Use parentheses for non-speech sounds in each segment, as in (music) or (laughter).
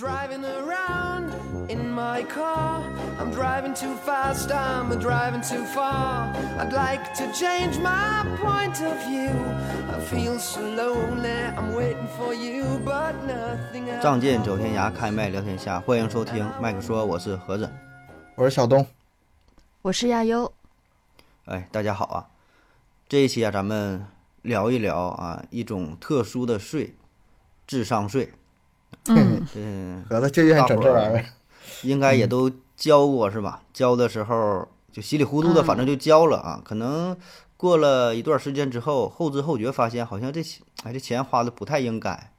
Driving around in my car. I'm driving too fast, I'm driving too far. I'd like to change my point of view. I feel so lonely, I'm waiting for you, but nothing else. 仗剑走天涯，开麦聊天下，欢迎收听麦克说，我是何子。我是小东。我是亚优，哎，大家好啊！这一期啊，咱们聊一聊啊，一种特殊的税——智商税。嗯，嗯，合着就愿意整这玩意儿，应该也都交过是吧？交的时候就稀里糊涂的，反正就交了啊。可能过了一段时间之后，后知后觉发现好像这钱，哎，这钱花的不太应该。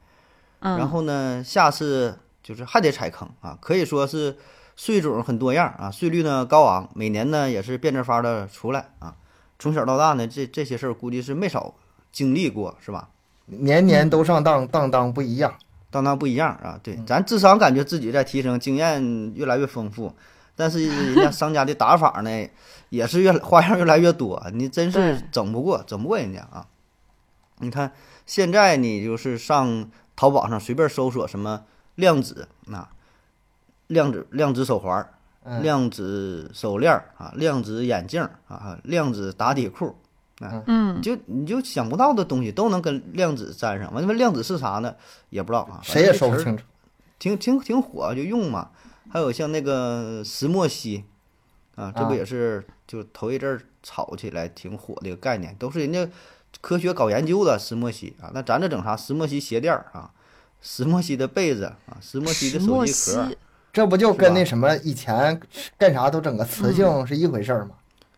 嗯然后呢，下次就是还得踩坑啊，可以说是税种很多样啊，税率呢高昂，每年呢也是变着法的出来啊。从小到大呢，这这些事儿估计是没少经历过，是吧？年年都上当，当当不一样。当当不一样啊，嗯对，咱智商感觉自己在提升，经验越来越丰富，但 (laughs) 是人家商家的打法呢，也是越花样越来越多，你真是对整不过，整不过人家啊。你看现在你就是上淘宝上随便搜索什么量子啊，量子量子手环儿、嗯，量子手链儿啊、量子眼镜儿啊、量子打底裤，你嗯，就你就想不到的东西都能跟量子沾上。完，你说量子是啥呢？也不知道啊，谁也反正这说不词儿清楚。挺挺挺火，就用嘛。还有像那个石墨烯，啊，这不啊也是就头一阵儿炒起来挺火的一个概念，都是人家科学搞研究的石墨烯啊。那咱这整啥？石墨烯鞋垫儿啊，石墨烯的被子啊，石墨烯的手石墨机壳儿烯，这不就是吧嗯跟那什么以前干啥都整个词性是一回事儿吗？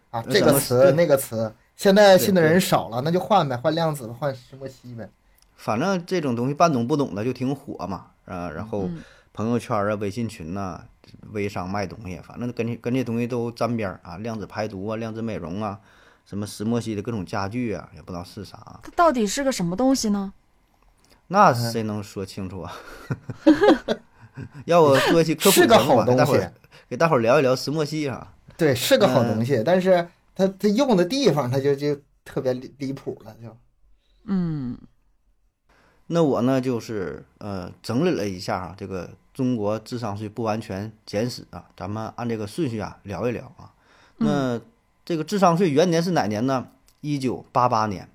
啊，那这咱个们词对那个词，现在对信的对人少了，那就换呗，换量子吧，换石墨烯呗。反正这种东西半懂不懂的就挺火嘛，啊，然后嗯朋友圈啊、微信群呐、微商卖东西，反正跟这跟这东西都沾边儿啊，量子排毒啊、量子美容啊，什么石墨烯的各种家具啊，也不知道是啥啊、它到底是个什么东西呢？嗯那谁能说清楚 (laughs) 啊？ (laughs) 要我做一期科普是个节目吧好给大东伙西儿，给大伙儿聊一聊石墨烯啊。对，是个好嗯东西，但是它它用的地方，它就就特别离离谱了，就嗯那我呢，就是呃，整理了一下啊，这个中国智商税不完全简史啊，咱们按这个顺序啊聊一聊啊。嗯那这个智商税元年是哪年呢？一九八八年，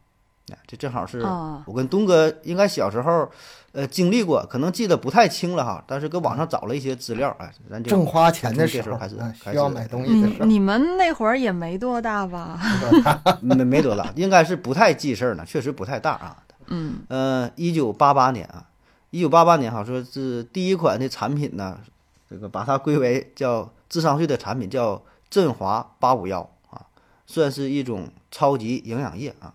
哎，这正好是哦我跟东哥应该小时候，呃，经历过，可能记得不太清了哈，但是搁网上找了一些资料，哎，咱就挣花钱从的这时时候候开始啊，开需要始买东西你的时嗯候，你们那会儿也没多大吧？没没多大，应该是不太记事儿呢，确实不太大啊。嗯呃，一九八八年啊，一九八八年好说是第一款的产品呢，这个把它归为叫智商税的产品叫振华八五幺啊，算是一种超级营养液啊，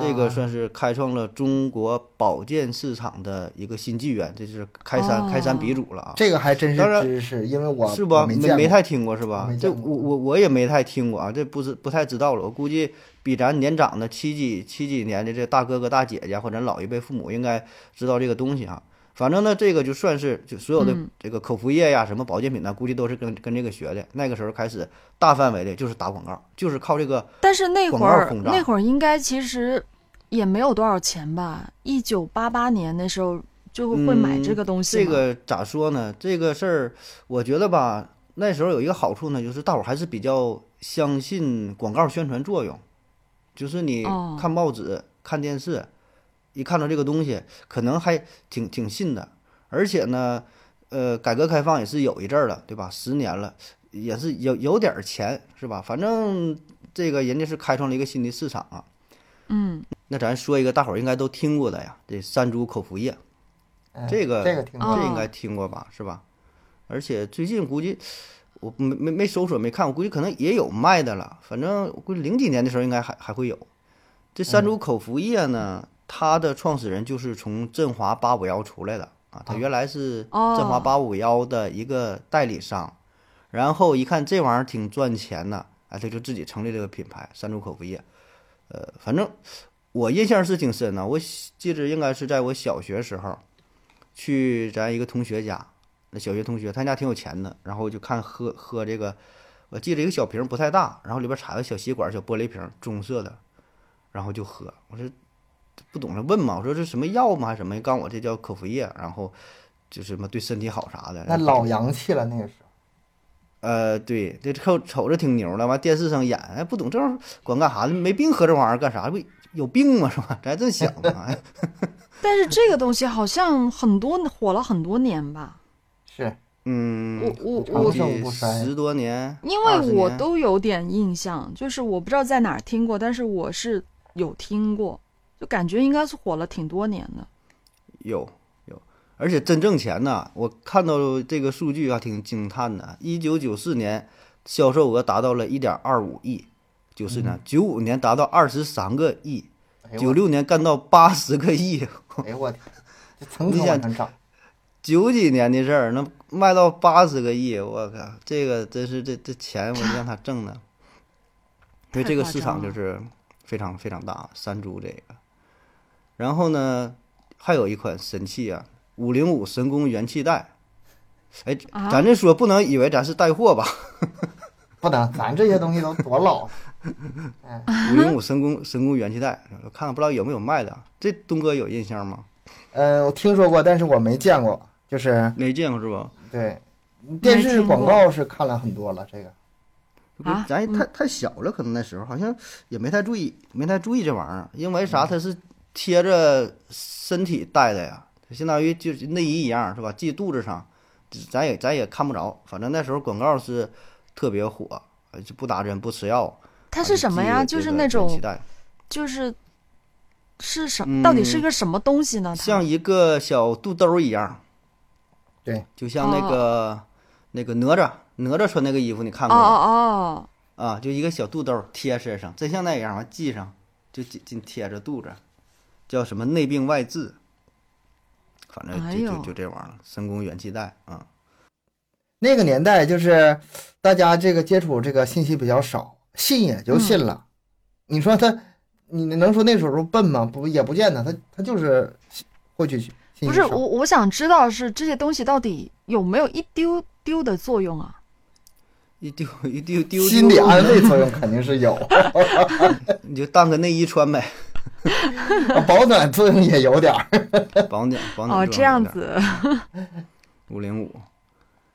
这个啊算是开创了中国保健市场的一个新纪元，这是开山、开山鼻祖了啊。这个还真当是然知识，因为我是我吧？没没见过太听过是吧没？这见我过我我也没太听过啊，这不知不太知道了。我估计比咱年长的七几七几年的这大哥哥大姐姐或者咱老一辈父母应该知道这个东西啊。反正呢，这个就算是就所有的嗯这个口服液呀、什么保健品呢，估计都是跟跟这个学的。那个时候开始大范围的就是打广告，就是靠这个，但是那会广告儿轰炸那会儿应该其实也没有多少钱吧？一九八八年那时候就会买嗯这个东西吗，这个咋说呢？这个事儿，我觉得吧，那时候有一个好处呢，就是大伙儿还是比较相信广告宣传作用，就是你哦看报纸、看电视，一看到这个东西，可能还挺挺信的。而且呢，呃，改革开放也是有一阵儿了，对吧？十年了，也是有有点儿钱，是吧？反正这个人家是开创了一个新的市场啊。嗯那咱说一个大伙儿应该都听过的呀，这山猪口服液。哎这个这个挺哦这应该听过吧，是吧？而且最近估计我没没没搜索没看，我估计可能也有卖的了。反正我估计零几年的时候应该还还会有。这嗯山竹口服液呢，它的创始人就是从振华八五幺出来的啊，他原来是哦振华八五幺的一个代理商，然后一看这玩意儿挺赚钱的，哎，他就自己成立了个品牌山竹口服液。呃，反正我印象是挺深的，我记着应该是在我小学时候，去咱一个同学家，那小学同学他家挺有钱的，然后就看喝喝这个，我记着一个小瓶不太大，然后里边插个小吸管，小玻璃瓶，棕色的，然后就喝。我说不懂了，问嘛，我说这什么药吗？还是什么？告诉我这叫口服液，然后就是什么对身体好啥的。那老洋气了，那个时候。呃，对，这瞅瞅着挺牛的，完电视上演，哎，不懂这玩意儿管干啥的，没病喝这玩意儿干啥？不有病吗？是吧？咱还这么想呢， (laughs) 哎，但是这个东西好像很多火了很多年吧，是，哎嗯，我我长我，寿不衰十多年，因为20我年都有点印象，就是我不知道在哪儿听过，但是我是有听过，就感觉应该是火了挺多年的。有有，而且真挣钱呐！我看到这个数据啊，挺惊叹的。一九九四年销售额达到了一点二五亿，九四年、九五年达到二十三个亿，嗯哎呦九我，六年干到八十个亿，哎呦我天，这层你层想往上涨，九几年的事儿，那卖到八十个亿，我靠，这个真是这这钱我让他挣的，所以这个市场就是非常非常大，山猪这个。然后呢，还有一款神器啊，五零五神功元气袋。哎，啊咱这说不能以为咱是带货吧？不能，咱这些东西都多老，啊五零五神功神功元气袋，我看看不知道有没有卖的啊。这东哥有印象吗？ (laughs) 呃，我听说过，但是我没见过，就是没见过是吧？对，电没视听过广告是看了很多了，这个啊咱也太太小了，可能那时候好像也没太注意，没太注意这玩意儿，因为嗯啥？它是贴着身体戴的呀，它相当于就是内衣一样，是吧？系肚子上，咱也咱也看不着。反正那时候广告是特别火，呃就不打针不吃药。它是什么啊呀？就就系是着那这个种脐带就是是什嗯到底是一个什么东西呢？它哦像一个小肚兜一样，对，就像那个、那个哪吒哪吒穿那个衣服，你看哦过吗？哦啊，就一个小肚兜贴身上，真像那样完系上，就紧紧贴着肚子，叫什么内病外治，反正就、哎就呦就这玩意儿，深宫元气袋啊，那个年代就是大家这个接触这个信息比较少，信也就信了。你说他，你能说那时候笨吗？不，也不见得，他他就是获取信哦，息不是少我，我想知道是这些东西到底有没有一丢丢的作用啊？一丢 (laughs) 一丢丢心理丢安慰作用肯定是 (laughs) 有，你就当个内衣穿呗，保暖作用也有点儿。保暖保暖哦，这样子，五零五，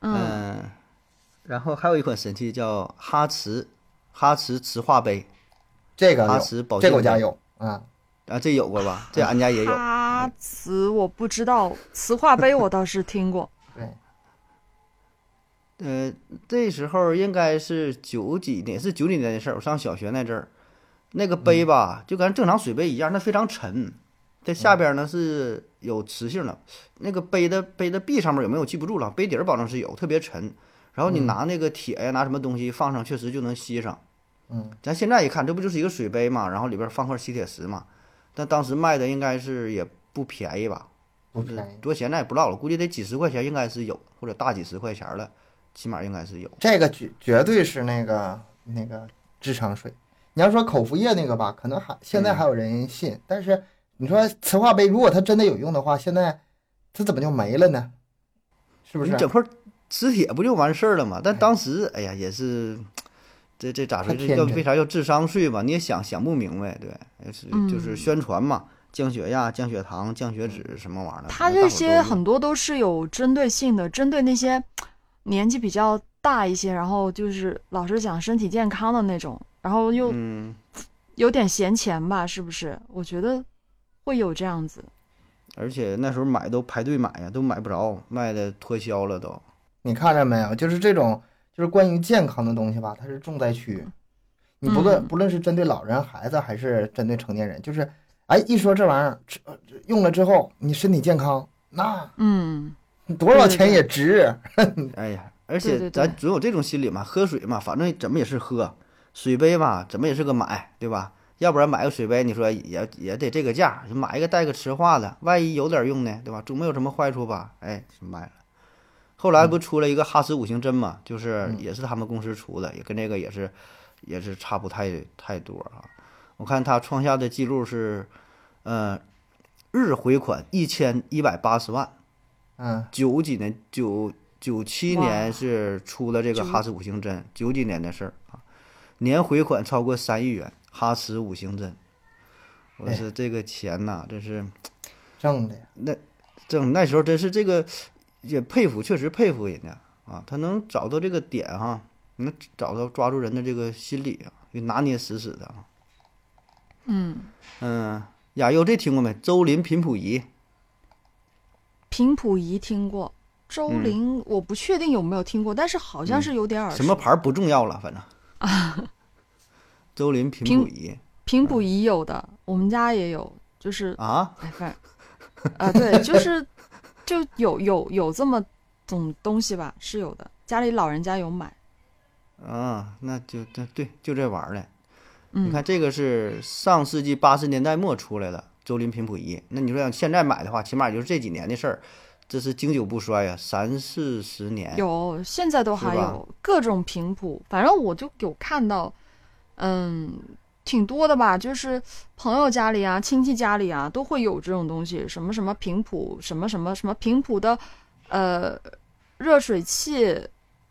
嗯，嗯，然后还有一款神器叫哈驰哈驰磁化杯这个哈有驰保健这个我家杯有啊，啊，这有过吧？这俺家也有，哈词我不知道，词话杯我倒是听过。对，呃，这时候应该是九几年，是九几年的事儿。我上小学那阵儿，那个嗯杯吧，就跟正常水杯一样，那非常沉。它下嗯边呢是有磁性的，那个杯的杯的壁上面有没有记不住了，杯底儿保证是有，特别沉。然后你拿那个铁呀，拿什么东西放上，确实就能吸上。嗯，咱现在一看，这不就是一个水杯嘛，然后里边放块吸铁石嘛。但当时卖的应该是也不便宜吧，不便宜。多少钱咱也不知道了，估计得几十块钱应该是有，或者大几十块钱儿了，起码应该是有。这个绝绝对是那个那个智商税。你要说口服液那个吧，可能还现在还有人信，但是你说磁化杯，如果它真的有用的话，现在它怎么就没了呢？是不是你？整块磁铁不就完事儿了吗？但当时，哎呀，也是，这这咋说？太这天要真为啥要智商税吧？你也想想不明白，对，也是嗯就是宣传嘛，降血压、降血糖、降血脂什么玩意儿的。它这些很多都是有针对性的，针对那些年纪比较大一些，然后就是老是想身体健康的那种，然后又嗯，有点闲钱吧，是不是？我觉得会有这样子。而且那时候买都排队买呀，都买不着，卖的脱销了都。你看着没有？就是这种，就是关于健康的东西吧，它是重灾区。你不论嗯不论是针对老人、孩子，还是针对成年人，就是，哎，一说这玩意儿吃呃用了之后，你身体健康，那嗯，多少对对钱对也值。哎呀，而对且对咱对总有这种心理嘛，喝水嘛，反正怎么也是喝，水杯嘛，怎么也是个买，对吧？要不然买个水杯，你说也也得这个价，买一个带个磁化的，万一有点用呢，对吧？总没有什么坏处吧？哎，买了。后来嗯不出了一个哈斯五行针嘛，就是也是他们公司出的，也跟这个也是也是差不太太多啊。我看他创下的记录是，呃，日回款一千一百八十万。嗯，九几年九九七哇年是出了这个九哈驰五行针，九几年的事儿啊，年回款超过三亿元，哈驰五行针，我哎是这个钱呐、真是挣的呀。这那时候真是这个也佩服，确实佩服人家啊，他能找到这个点哈、能找到抓住人的这个心理啊，给拿捏死死的啊。嗯，嗯，亚优这听过没？周林频谱仪，平埔仪听过，周林、我不确定有没有听过，但是好像是有点耳熟。嗯什么牌儿不重要了，反正。 (laughs) 周林频频谱仪平埔仪有的，我们家也有，就是嗯啊，哎，反正啊，对，就是就有有有这么种东西吧，是有的，家里老人家有买。啊，那就这对，就这玩意儿了。你嗯，看这个是上世纪八十年代末出来的周林频谱仪，那你说要现在买的话，起码也就是这几年的事儿，这是经久不衰呀、三四十年。有，现在都还哎是吧有各种频谱，反正我就有看到，嗯，挺多的吧，就是朋友家里啊、亲戚家里啊都会有这种东西，什么什么频谱，什么什么什么频谱的，呃，热水器，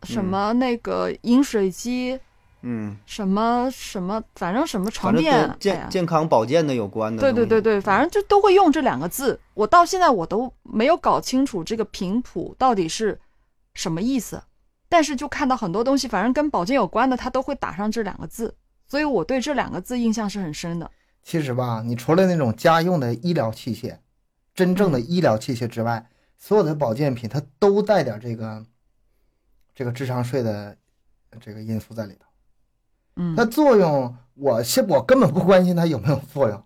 什嗯么那个饮水机，嗯，什么什么，反正什么反床正垫跟，哎健、呀，健康保健的有关的。对对对，对，反正就都会用这两个字，我到现在我都没有搞清楚这个频谱到底是什么意思，但是就看到很多东西，反正跟保健有关的，它都会打上这两个字，所以我对这两个字印象是很深的。其实吧，你除了那种家用的医疗器械，真正的医疗器械之外，所有的保健品它都带点这个这个智商税的这个因素在里头。嗯那作用，我先我根本不关心它有没有作用，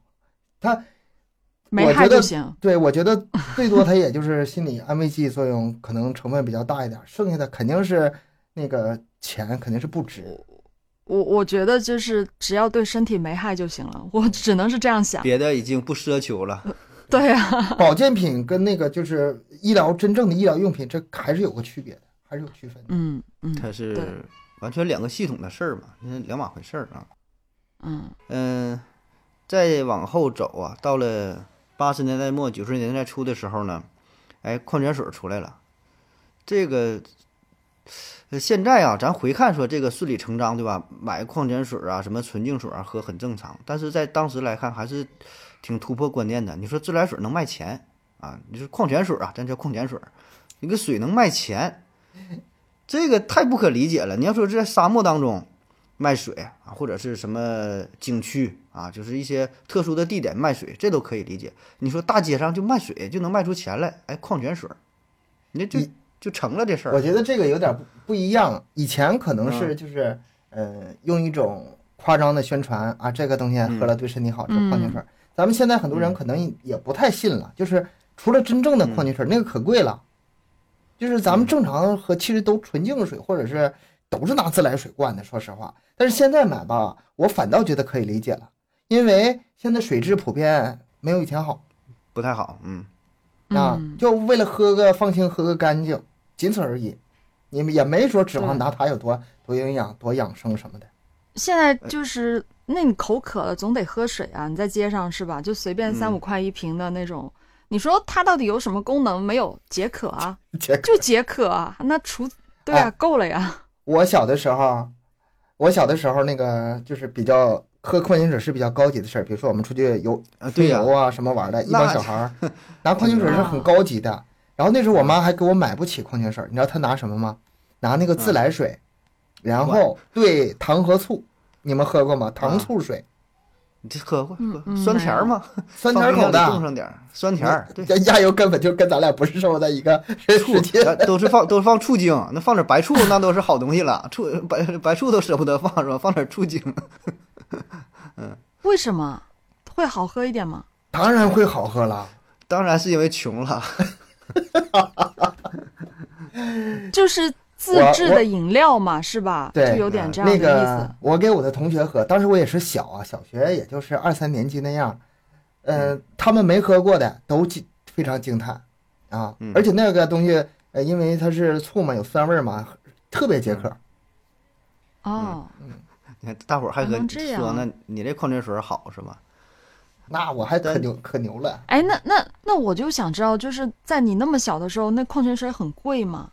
它没我害觉得就行。对我觉得最多它也就是心理安慰剂作用，可能成分比较大一点，剩下的肯定是那个钱肯定是不值。我我觉得就是只要对身体没害就行了，我只能是这样想。别的已经不奢求了。对啊，保健品跟那个就是医疗真正的医疗用品，这还是有个区别的，还是有区分的。嗯嗯它对是完全两个系统的事儿嘛，那两码回事儿啊。嗯嗯，再往后走啊，到了八十年代末九十年代初的时候呢，哎，矿泉水出来了。这个呃现在啊，咱回看说这个顺理成章，对吧？买矿泉水啊，什么纯净水啊，喝很正常。但是在当时来看，还是挺突破观念的。你说自来水能卖钱啊？你说矿泉水啊，咱叫矿泉水，一个水能卖钱，这个太不可理解了。你要说这在沙漠当中。卖水啊，或者是什么景区啊，就是一些特殊的地点卖水，这都可以理解。你说大街上就卖水就能卖出钱来，哎，矿泉水儿，你这就你就成了这事儿。嗯我觉得这个有点不不一样，以前可能是就是，呃，用一种夸张的宣传啊，这个东西喝了对身体好，这嗯矿泉水儿。咱们现在很嗯多人可能也不太信了，就是除了真正的矿嗯泉水儿，那个可贵了，就是咱们正常喝其实都纯净水或者是都是拿自来水灌的，说实话。但是现在买吧，我反倒觉得可以理解了，因为现在水质普遍没有以前好。不太好，嗯，啊嗯，，就为了喝个放心，喝个干净，仅此而已。你们也没说指望对拿它有多多营养、多养生什么的。现在呃就是，那你口渴了总得喝水啊！你在街上是吧？就随便三嗯五块一瓶的那种，你说它到底有什么功能？没有解渴啊，这个就解渴啊。那除对啊，哎够了呀。 (laughs) 我小的时候，啊我小的时候那个就是比较喝矿泉水是比较高级的事儿，比如说我们出去游啊，春对呀、游啊什么玩儿的，一帮那小孩儿拿矿泉水是很高级的。然后那时候我妈还给我买不起矿泉水，你知道她拿什么吗？拿那个自嗯来水，然后兑糖和醋，你们喝过吗？啊糖醋水，你这喝过嗯喝嗯酸甜儿嘛，嗯酸甜放冰口箱的里，冻上点儿，酸甜 (laughs) 儿，对，这亚游根本就跟咱俩不是生活在一 (laughs) 个世界。啊都是放都是放醋精，那放点白醋那都是好东西了，醋白白醋都舍不得放是吧？放点醋精，为什么会好喝一点吗？当然会好喝了。当然是因为穷了，就是自制的饮料嘛，是吧？对就有啊点这样的那意思个。，我给我的同学喝，当时我也是小啊，小学也就是二三年级那样，呃，嗯他们没喝过的都惊非常惊叹啊嗯，而且那个东西，呃，因为它是醋嘛，有酸味儿嘛，特别解嗯渴。哦，你看大伙儿还和还能这样啊说呢，你这矿泉水儿好是吧？那我还可但牛可牛了，哎，那那那我就想知道，就是在你那么小的时候，那矿泉水很贵吗？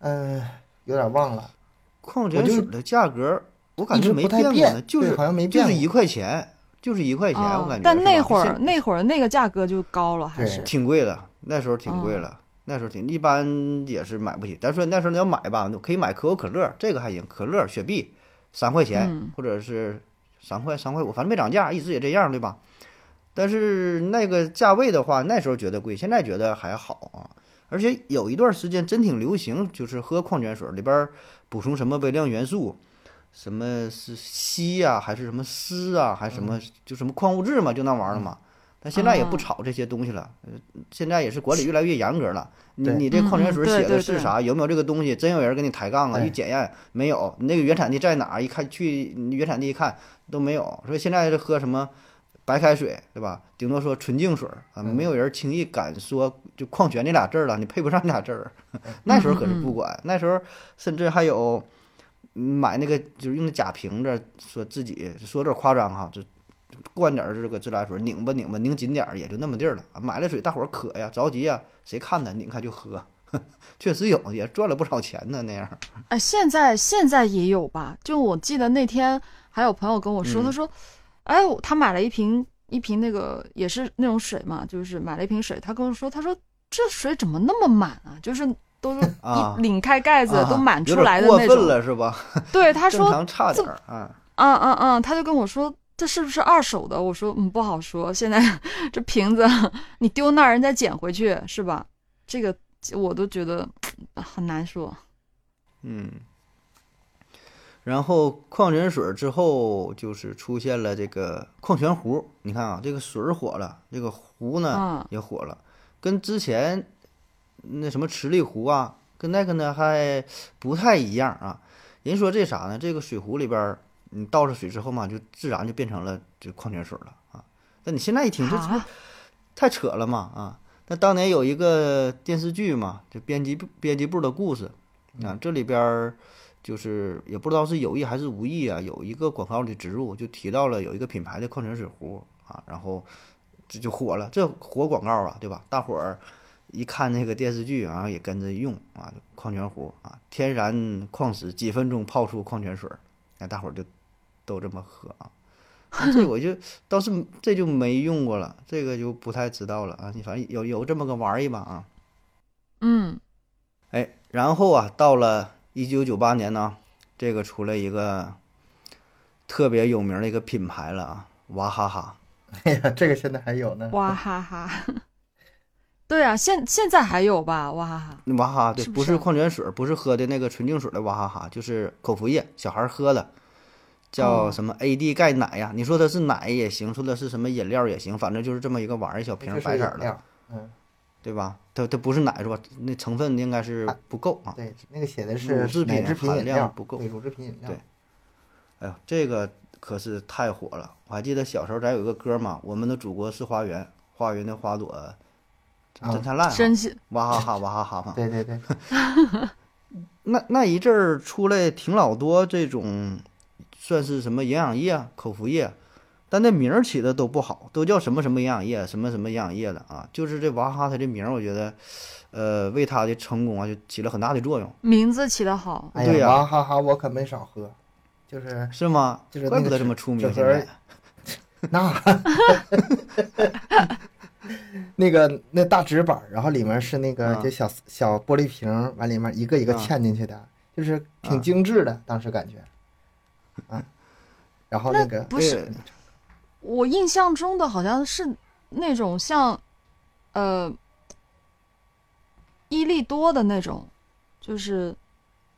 嗯，有点忘了，矿泉水的价格，我感一觉直没不太过呢，变，就对是好像没就变是过。一块钱，就是一块钱，我哦感觉。但是那吧会儿现那会儿那个价格就高了，还是哦挺贵的，那时候挺贵了。那时候挺一般也是买不起。咱说那时候你要买吧，你可以买可口可乐，这个还行，可乐、雪碧三块钱、嗯或者是三块三块五，反正没涨价，一直也这样，对吧？但是那个价位的话，那时候觉得贵，现在觉得还好啊。而且有一段时间真挺流行，就是喝矿泉水里边儿补充什么微量元素，什么是硒呀、还是什么锶啊，还是什么、嗯就什么矿物质嘛，就那玩意儿嘛。但现在也不哦炒这些东西了，呃现在也是管理越来越严格了。你对你这矿泉水嗯嗯对写的对是对啥？有没有这个东西？真有人给你抬杠啊？对一检验没有，你那个原产地在哪儿？一看去你原产地一看都没有。所以现在是喝什么白开水，对吧？顶多说纯净水儿啊，嗯没有人轻易敢说就矿泉这俩字儿了，你配不上这俩字儿。 (laughs) 那时候可是不嗯管，那时候甚至还有嗯买那个就是用的假瓶子，说自己说有点夸张哈，就灌点儿这个自来水，拧吧拧吧，拧紧点儿也就那么地儿了。买了水，大伙儿渴呀，着急呀，谁看呢？拧开就喝， (laughs) 确实有，也赚了不少钱呢。那样儿，哎，现在现在也有吧？就我记得那天还有朋友跟我说，他嗯说，哎，他买了一瓶一瓶那个也是那种水嘛，就是买了一瓶水，他跟我说，他说这水怎么那么满啊？就是都是 (laughs) 啊一拧开盖子都啊满有出点来的过那分种。了是吧？对，他正说常差这点儿啊。啊啊啊！他就跟我说这是不是二手的？我说嗯，不好说。现在这瓶子你丢那儿，人家捡回去是吧？这个我都觉得很难说。嗯，然后矿泉水儿之后就是出现了这个矿泉壶，你看啊，这个水儿火了，这个壶呢、啊也火了，跟之前那什么池力壶啊，跟那个呢还不太一样啊。人说这啥呢？这个水壶里边儿你倒了水之后嘛，就自然就变成了就矿泉水儿了啊。但你现在一听，这这啊，太扯了嘛啊！那当年有一个电视剧嘛，就编辑部编辑部的故事啊，这里边儿就是也不知道是有意还是无意啊，有一个广告的植入就提到了有一个品牌的矿泉水壶啊，然后这就火了，这火广告啊，对吧？大伙儿一看那个电视剧啊，也跟着用啊，矿泉壶啊，天然矿石，几分钟泡出矿泉水儿，那大伙儿就都这么喝啊。那这我就倒是这就没用过了，这个就不太知道了啊。你反正有有这么个玩意吧啊。嗯哎，然后啊，到了一九九八年呢，这个出了一个特别有名的一个品牌了啊，娃哈哈。哎呀，这个现在还有嗯呢。哇哈哈， (laughs) 对啊，现现在还有吧？哇哈哈，娃哈哈对，是不不是是啊矿泉水，不是喝的那个纯净水的娃哈哈，就是口服液，小孩喝的，叫哦什么 AD 钙奶呀？你说它是奶也行，说它是什么饮料也行，反正就是这么一个玩意儿，小瓶儿这白是色饮儿的。料，嗯，对吧？它它不是奶是吧？那成分应该是不够啊。对，那个写的乳是制品奶制品含饮量料不够对，乳制品饮料。对哎呦，这个可是太火了！我还记得小时候咱有一个歌嘛，《我们的祖国是花园》，花园的花朵啊真灿烂、啊，真是哇哈哈哇哈哈嘛。对 (laughs) 对对，那那一阵儿出来挺老多这种，算是什么营养液、啊口服液，但那名儿起的都不好，都叫什么什么营养液、什么什么营养液的啊。就是这娃哈哈它这名儿，我觉得，呃，为它的成功啊，就起了很大的作用，名字起得好，哎对呀呀，娃哈哈，我可没少喝，就是是吗？就是怪那不个得这纸么出纸名。盒现儿在 (laughs) 那 (laughs) 那个那大纸板儿，然后里面是那个啊就小、小玻璃瓶儿，完里面一个一个啊嵌进去的，就是啊挺精致的，当时 (laughs) 感觉，啊，然后那个不是对我印象中的好像是那种像，呃，伊利多的那种，就是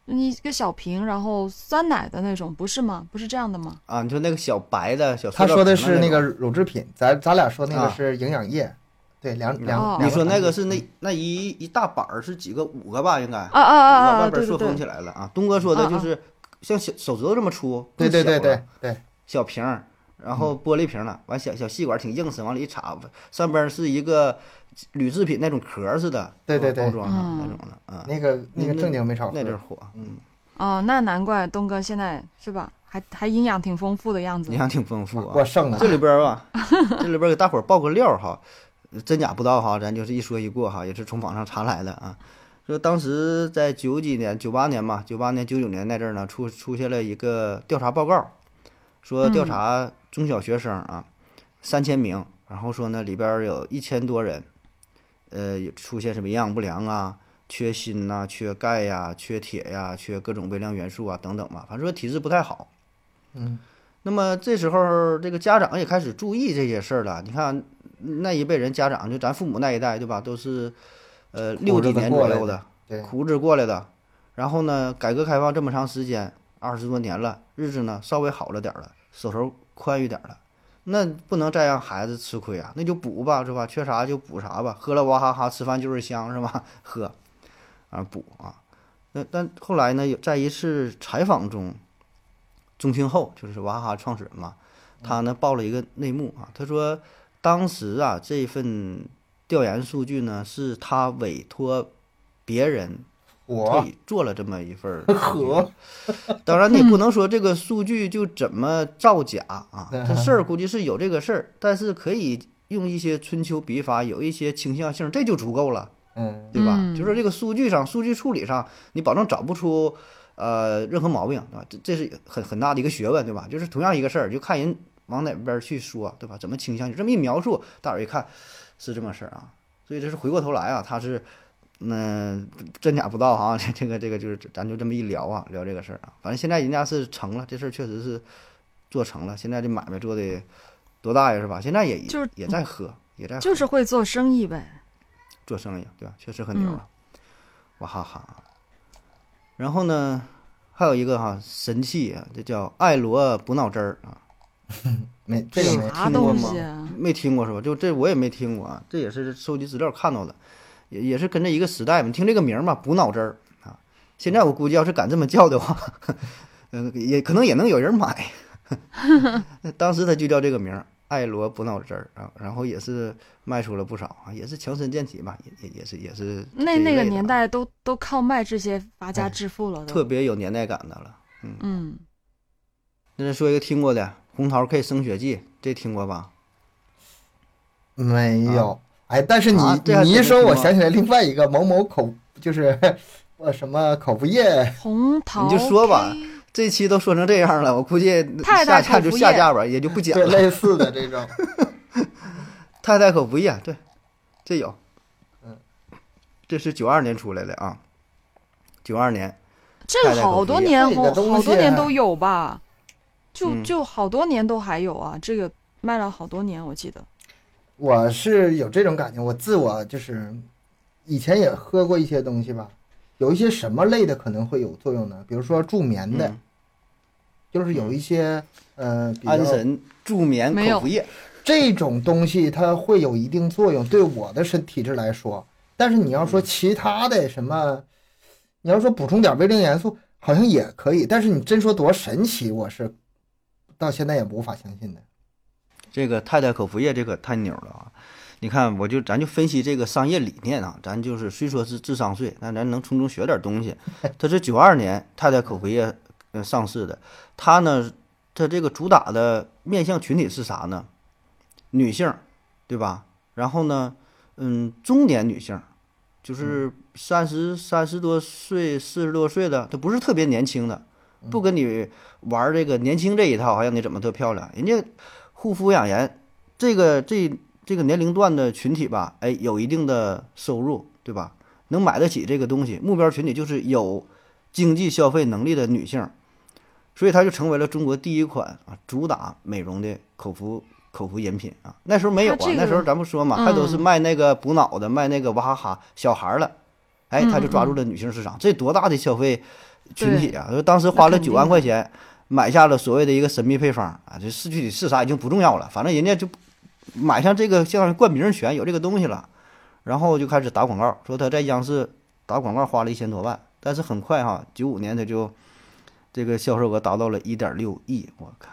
一个小瓶，然后酸奶的那种，不是吗？不是这样的吗？啊，你说那个小白的小塑他料说的瓶儿是那那种个乳制品，咱咱俩说那啊个是营养液，对，两两哦两嗯你个说那东个西是那那一一大板儿是几个五个吧？应该啊啊啊啊！外对边对塑封起对，来了啊。东哥说的啊就啊是像小手指头这么粗，对对更小对对嗯了对，小瓶儿，然后玻璃瓶儿的，完小小细管儿挺硬实，往里一插，上边儿是一个铝制品那种壳儿似的，对对是吧对包装上那嗯种的啊，那个那个那正经没少喝那，阵儿火，嗯，哦，那难怪东哥现在是吧，还还营养挺丰富的样子影。响挺丰富啊我。剩了这里边儿吧，这里边儿给大伙儿爆个料儿哈，真假不知道哈，咱就是一说一过哈，也是从网上查来的啊。说当时在九几年、九八年嘛，九八年、九九年那阵儿呢，出出现了一个调查报告，说调查中小学生啊，三千名，然后说呢里边儿有一千多人，呃出现什么营养不良啊、缺锌呐、缺钙呀、缺铁呀、缺各种微量元素啊等等吧，反正说体质不太好。嗯，那么这时候这个家长也开始注意这些事儿了。你看那一辈人家长，就咱父母那一代，对吧？都是呃六苦几日子年过左来右的的，对，苦日子过来的。然后呢，改革开放这么长时间，二十多年了，日子呢稍微好了点儿了，手头宽裕点儿了，那不能再让孩子吃亏啊，那就补吧，是吧？缺啥就补啥吧，喝了娃哈哈，吃饭就是香，是吧？ (laughs) 喝，啊补啊。那但后来呢，有在一次采访中，宗庆后就是娃哈哈创始人嘛，他呢爆了一个内幕啊，他说当时啊这份调研数据呢是他委托别人我退做了这么一份儿和 (laughs) 当然，你不能说这个数据就怎么造假啊，嗯这事儿估计是有这个事儿，但是可以用一些春秋笔法，有一些倾向性，这就足够了，嗯对吧？嗯就是这个数据上、数据处理上，你保证找不出呃任何毛病，对吧？这这是很很大的一个学问，对吧？就是同样一个事儿，就看人往哪边儿去说，对吧？怎么倾向性，这么一描述，大伙儿一看是这么事儿啊，所以这是回过头来啊，他是。嗯，真假不道哈、 (laughs) 这这个这个就是咱就这么一聊啊，聊这个事儿啊。反正现在人家是成了，这事儿确实是做成了。现在这买卖做的多大呀，是吧？现在也就是也在喝，也在喝就是会做生意呗。做生意，对吧？确实很牛啊，嗯哇哈哈啊。然后呢，还有一个哈、神器啊，这叫艾罗补脑汁儿啊，没这个没啥听过东吗西啊？没听过是吧？就这我也没听过啊，这也是收集资料看到的，也也是跟这一个时代嘛。你听这个名儿嘛，补脑汁儿啊。现在我估计要是敢这么叫的话， (laughs) 嗯，也可能也能有人买。 (laughs) 那当时他就叫这个名儿，艾罗补脑汁儿啊，然后也是卖出了不少啊，也是强身健体吧，也也也是也是那这一那个类的年啊代都都靠卖这些发家哎致富了都，特别有年代感的了。嗯，那再说一个听过的红桃 K 升血剂，这听过吧？没有。哎，但是你啊这还你一真没说，听我过想起来另外一个某某口，就是 (laughs) 呃什么口服液，红桃就说吧 K 这期都说成这样了，我估计太下太架口就服下液架吧，也就不讲对，了。类似的这种。太太口服液，对，这有，嗯，这是九二年出来的啊，九二年，这个好多年这好个东西好多年都有吧，就啊嗯就好多年都还有啊，这个卖了好多年，我记得。我是有这种感觉，我自我就是以前也喝过一些东西吧，有一些什么类的可能会有作用呢？比如说助眠的，嗯就是有一些呃比较安神助眠没有口服液，这种东西，它会有一定作用，对我的身体质来说。但是你要说其他的什么，你要说补充点微量元素，好像也可以。但是你真说多神奇，我是到现在也无法相信的。这个太太口服液这个太牛了啊！你看，我就咱就分析这个商业理念啊，咱就是虽说是智商税，但咱能从中学点东西。它是九二年太太口服液呃上市的，它呢，它这个主打的面向群体是啥呢？女性，对吧？然后呢，嗯，中年女性，就是三十三十多岁、四十多岁的，她不是特别年轻的，不跟你玩这个年轻这一套，还让你怎么特漂亮，人家。护肤养颜这个这这个年龄段的群体吧，哎，有一定的收入，对吧？能买得起这个东西，目标群体就是有经济消费能力的女性，所以它就成为了中国第一款啊主打美容的口服口服饮品啊。那时候没有啊，它这个那时候咱不说嘛，它都是嗯卖那个补脑的，卖那个娃哈哈小孩儿了，哎，他就抓嗯住了女性市场，这多大的消费群体啊！说当时花了那肯九定万块钱买下了所谓的一个神秘配方啊，这是具体是啥已经不重要了，反正人家就买上这个相当于冠名权，有这个东西了，然后就开始打广告，说他在央视打广告花了一千多万，但是很快哈，九五年他就这个销售额达到了一点六亿，我看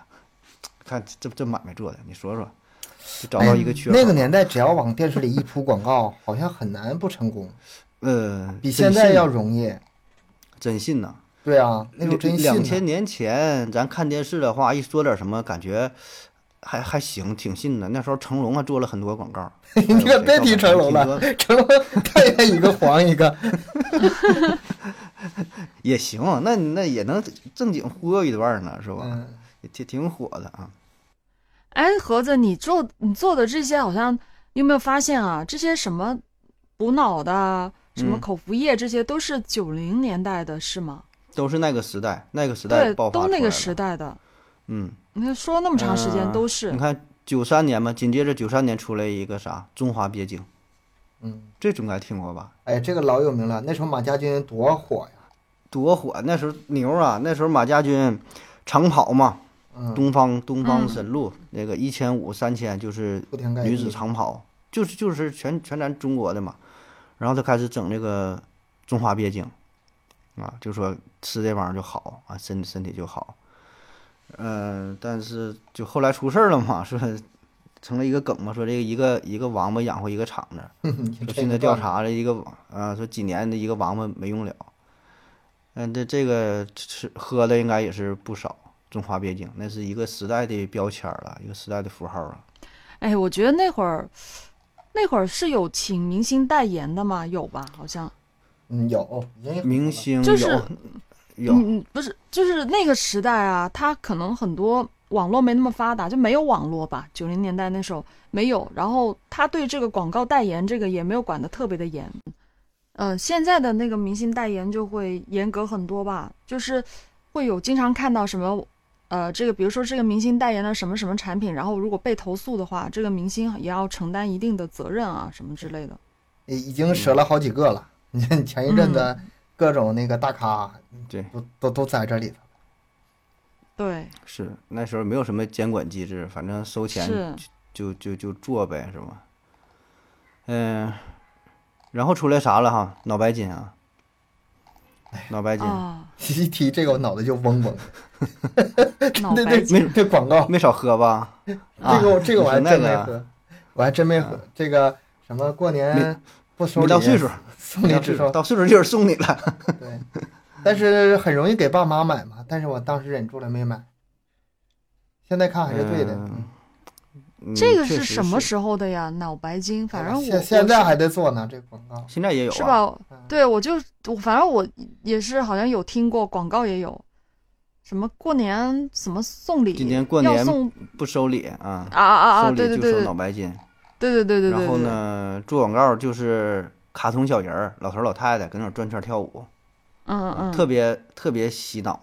看这这买卖做的，你说说，就找到一哎个缺口。那个年代，只要往电视里一出广告，好像很难不 (laughs) 成功，呃，比真现在信要呐容易。真信呐。对啊，那时候真两信千 (laughs) 呢。年前，咱看电视的话，一说点什么，感觉还还行，挺信的。那时候成龙啊做了很多广 (laughs) 告，你可别提成龙还有了谁，成龙 (laughs) 太原一个黄一个，也行，那那也能正经忽悠一段呢，是吧？嗯，也挺挺火的啊。哎，盒子，你做你做的这些好像，你有没有发现啊？这些什么补脑的啊，什么嗯口服液，这些都是九零年代的是吗？都是那个时代，那个时代对，爆发都出那来个的时代的。嗯，你看说那么长时间嗯都是你，看九三年嘛，紧接着九三年出来一个啥中华鳖精，嗯，这总该听过吧？哎，这个老有名了，那时候马家军多火呀，多火！那时候牛啊，那时候马家军长跑嘛，嗯，东方东方嗯神鹿、那个一千五、三千就是铺天盖女子地，长跑，就是就是全全咱中国的嘛。然后他开始整这个中华鳖精，啊，就说吃这玩意儿就好啊，身身体就好。呃，但是就后来出事儿了嘛，说成了一个梗嘛，说这个一个一个王八养活一个厂子， (laughs) 说现在调查了一个网啊，说几年的一个王八没用了。嗯，这这个吃喝的应该也是不少，中华鳖精那是一个时代的标签儿了，一个时代的符号啊了。哎，我觉得那会儿，那会儿是有请明星代言的吗？有吧，好像。嗯，有已经有了明星就有、是有，嗯，不是，就是那个时代啊，他可能很多网络没那么发达，就没有网络吧。九零年代那时候没有，然后他对这个广告代言这个也没有管得特别的严。嗯、现在的那个明星代言就会严格很多吧，就是会有经常看到什么，呃，这个比如说这个明星代言了什么什么产品，然后如果被投诉的话，这个明星也要承担一定的责任啊，什么之类的。已已经折了好几个了。 (laughs) 你看前一阵嗯子各种那个大咖对，都都都在这里头， (laughs) 对，是那时候没有什么监管机制，反正收钱是，就就就做呗，是吧？嗯、然后出来啥了哈？脑白金啊，脑白金、 (laughs) 啊，一提这个我脑袋就嗡嗡。脑那白那金那这广告，没少喝吧？啊这个我这个我还你说那真个没啊喝，我还真没喝。这个什么过没年不收没礼，到岁数，送礼到只岁收数到岁数就是送你了。对，但是很容易给爸妈买嘛。但是我当时忍住了没买，现在看还是对的。嗯嗯嗯这个确是实什么是哎时候的呀？脑白金，反正我现现在还我在做呢，这广告。现在也有、啊、是？吧？嗯，对，我就我反正我也是好像有听过广告也有，什么过年什么送礼，今年过年要送不收礼啊，啊啊啊！收对礼对就对收对脑白金。对对对对然对后对，呢，做广告就是卡通小人儿、老头儿老太太跟那儿转圈儿跳舞，嗯嗯，特别特别洗脑，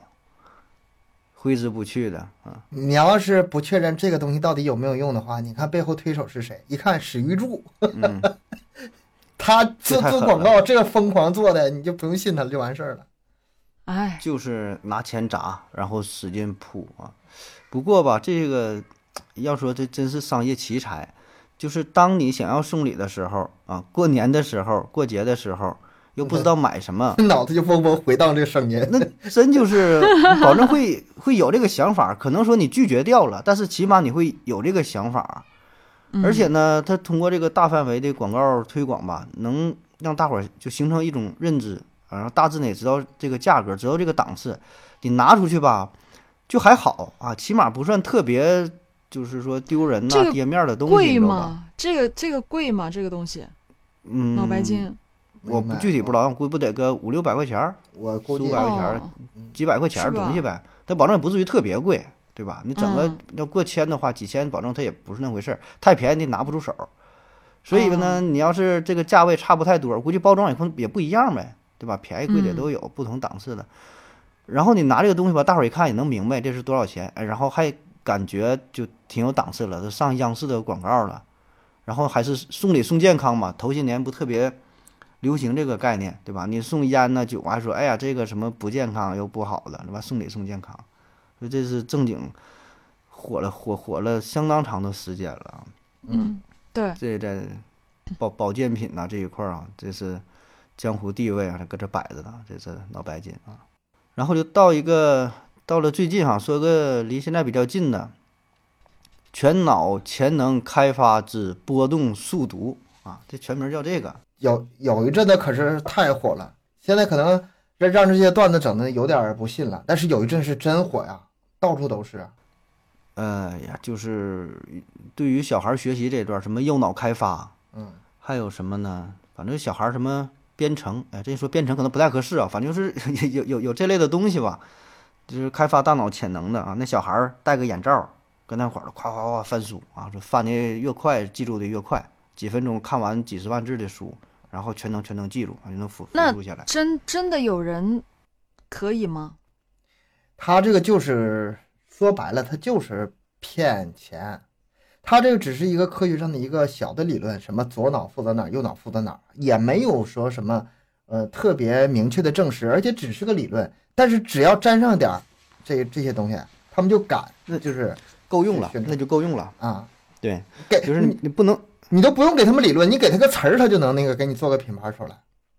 挥之不去的啊。你要是不确认这个东西到底有没有用的话，你看背后推手是谁？一看史玉柱，嗯， (laughs) 他做这太狠做广告这个疯狂做的，你就不用信他了，就完事儿了。，哎，就是拿钱砸，然后使劲扑啊。不过吧，这个要说这真是商业奇才，就是当你想要送礼的时候啊，过年的时候、过节的时候，又不知道买什么脑子就嗡嗡回荡这个声音。那真就是保证会会有这个想法，可能说你拒绝掉了，但是起码你会有这个想法。嗯而且呢，它通过这个大范围的广告推广吧，能让大伙儿就形成一种认知，啊然后大致呢也知道这个价格，知道这个档次。你拿出去吧，就还好啊，起码不算特别，就是说丢人呐、这个跌面儿的东西，你贵知道吧？吗？这个这个贵吗？这个东西，嗯，脑白金，我不具体不知道，道，估计不得个五六百块钱儿，我估四计五百块钱儿哦，几百块钱儿是的吧东西呗，它保证也不至于特别贵，对吧？你整个嗯要过千的话，几千保证它也不是那回事儿，太便宜你拿不出手。所以哦呢，你要是这个价位差不太多，估计包装也可能也不一样呗，对吧？便宜贵的嗯都有，不同档次的。然后你拿这个东西吧，大伙儿一看也能明白这是多少钱，哎，然后还感觉就挺有档次了，都上央视的广告了。然后还是送礼送健康嘛，头些年不特别流行这个概念，对吧？你送烟呐、酒啊，还说哎呀这个什么不健康又不好了，对吧？送礼送健康，所以这是正经火了火火了相当长的时间了啊。嗯，对，这在保保健品呐、这一块儿啊，这是江湖地位啊，搁这摆着呢，这是脑白金啊。然后就到一个到了最近哈、说个离现在比较近的，全脑潜能开发之波动速读啊，这全名叫这个。有有一阵子可是太火了，现在可能让让这些段子整的有点儿不信了，但是有一阵是真火呀，到处都是啊。呃呀，就是对于小孩儿学习这段儿，什么右脑开发，嗯，还有什么呢？反正小孩儿什么编程，哎，这一说编程可能不太合适啊，反正就是 (laughs) 有有有有这类的东西吧，就是开发大脑潜能的啊。那小孩儿戴个眼罩儿，跟那会儿夸夸夸翻书啊，说翻的越快，记住的越快，几分钟看完几十万字的书，然后全能全能记录，就能辅辅那助下来。真真的有人可以吗？他这个就是说白了，他就是骗钱。他这个只是一个科学上的一个小的理论，什么左脑负责哪儿，右脑负责哪儿，也没有说什么呃特别明确的证实，而且只是个理论。但是只要沾上点儿这这些东西，他们就敢，那就是够用了是，的那就够用了。啊，对，给就是你你不能 (laughs) 你都不用给他们理论，你给他个词儿，他就能那个给你做个品牌出来，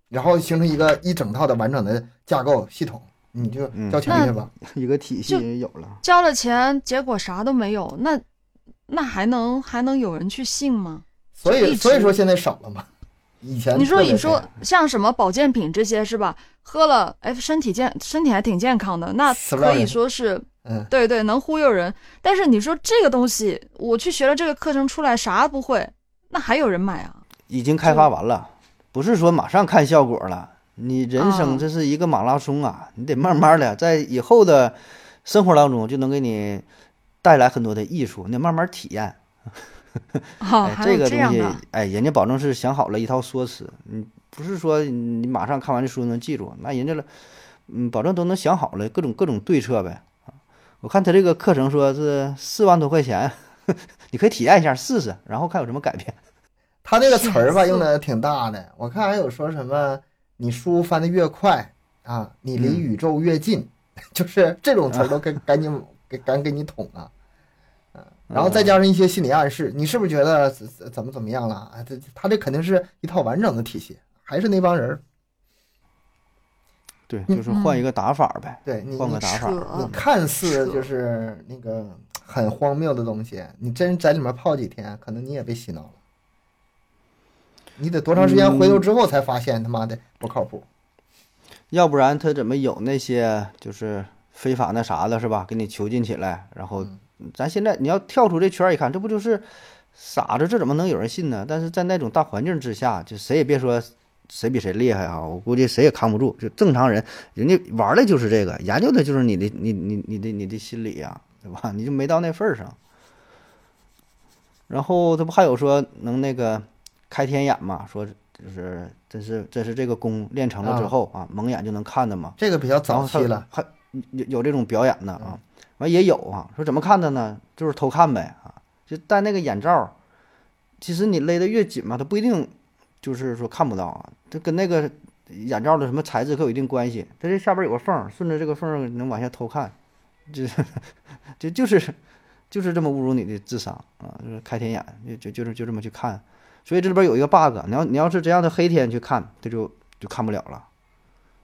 然后形成一个一整套的完整的架构系统，你就嗯交钱去吧。一个体系就也有了。交了钱，结果啥都没有，那那还能还能有人去信吗？所就一以直所以说现在少了嘛，以前你说特别你说多像什么保健品这些是吧？喝了哎，身体健身体还挺健康的，那死不了可以人说是嗯。对对能忽悠人。但是你说这个东西，我去学了这个课程出来啥不会，那还有人买啊？已经开发完了，不是说马上看效果了。你人生啊这是一个马拉松啊，你得慢慢的在以后的生活当中就能给你带来很多的益处，你得慢慢体验。哦，哎，还这有个这样东西的，哎，人家保证是想好了一套说辞，你不是说你马上看完这书能记住，那人家了，嗯，保证都能想好了各种各种对策呗。啊我看他这个课程说是四万多块钱， (laughs) 你可以体验一下试试，然后看有什么改变。他这个词儿吧是用的挺大的，我看还有说什么你书翻得越快啊，你离嗯宇宙越近， (laughs) 就是这种词儿都嗯给赶紧给赶给你捅啊。嗯然后再加上一些心理暗示，你是不是觉得怎怎怎么怎么样了啊？这他这肯定是一套完整的体系，还是那帮人儿。对，嗯就是换一个打法呗，对你，换你个打法。扯你嗯看似就是那个很荒谬的东西，你真在里面泡几天，可能你也被洗脑了。你得多长时间回头之后才发现他妈的不靠谱？要不然他怎么有那些就是非法那啥的，是吧？给你囚禁起来，然后咱现在你要跳出这圈儿一看，这不就是傻子？这怎么能有人信呢？但是在那种大环境之下，就谁也别说谁比谁厉害啊，我估计谁也扛不住。就正常人，人家玩儿的就是这个，研究的就是你的你你你的你的心理呀、对吧？ (laughs) 你就没到那份儿上。然后他不还有说能那个开天眼嘛？说就是真是真是这个功练成了之啊后啊，蒙眼就能看的嘛。这个比较然早后期他了，还有有这种表演的啊，完也有啊，说怎么看的呢？就是偷看呗啊，就戴那个眼罩，其实你勒得越紧嘛，它不一定就是说看不到啊，这跟那个眼罩的什么材质可有一定关系。它这下边有个缝儿，顺着这个缝儿能往下偷看，这这 (laughs) 就是就是这么侮辱你的智商啊，就是开天眼，就就就是就这么去看。所以这里边有一个 bug，你要你要是这样的黑天去看，它就就看不了了。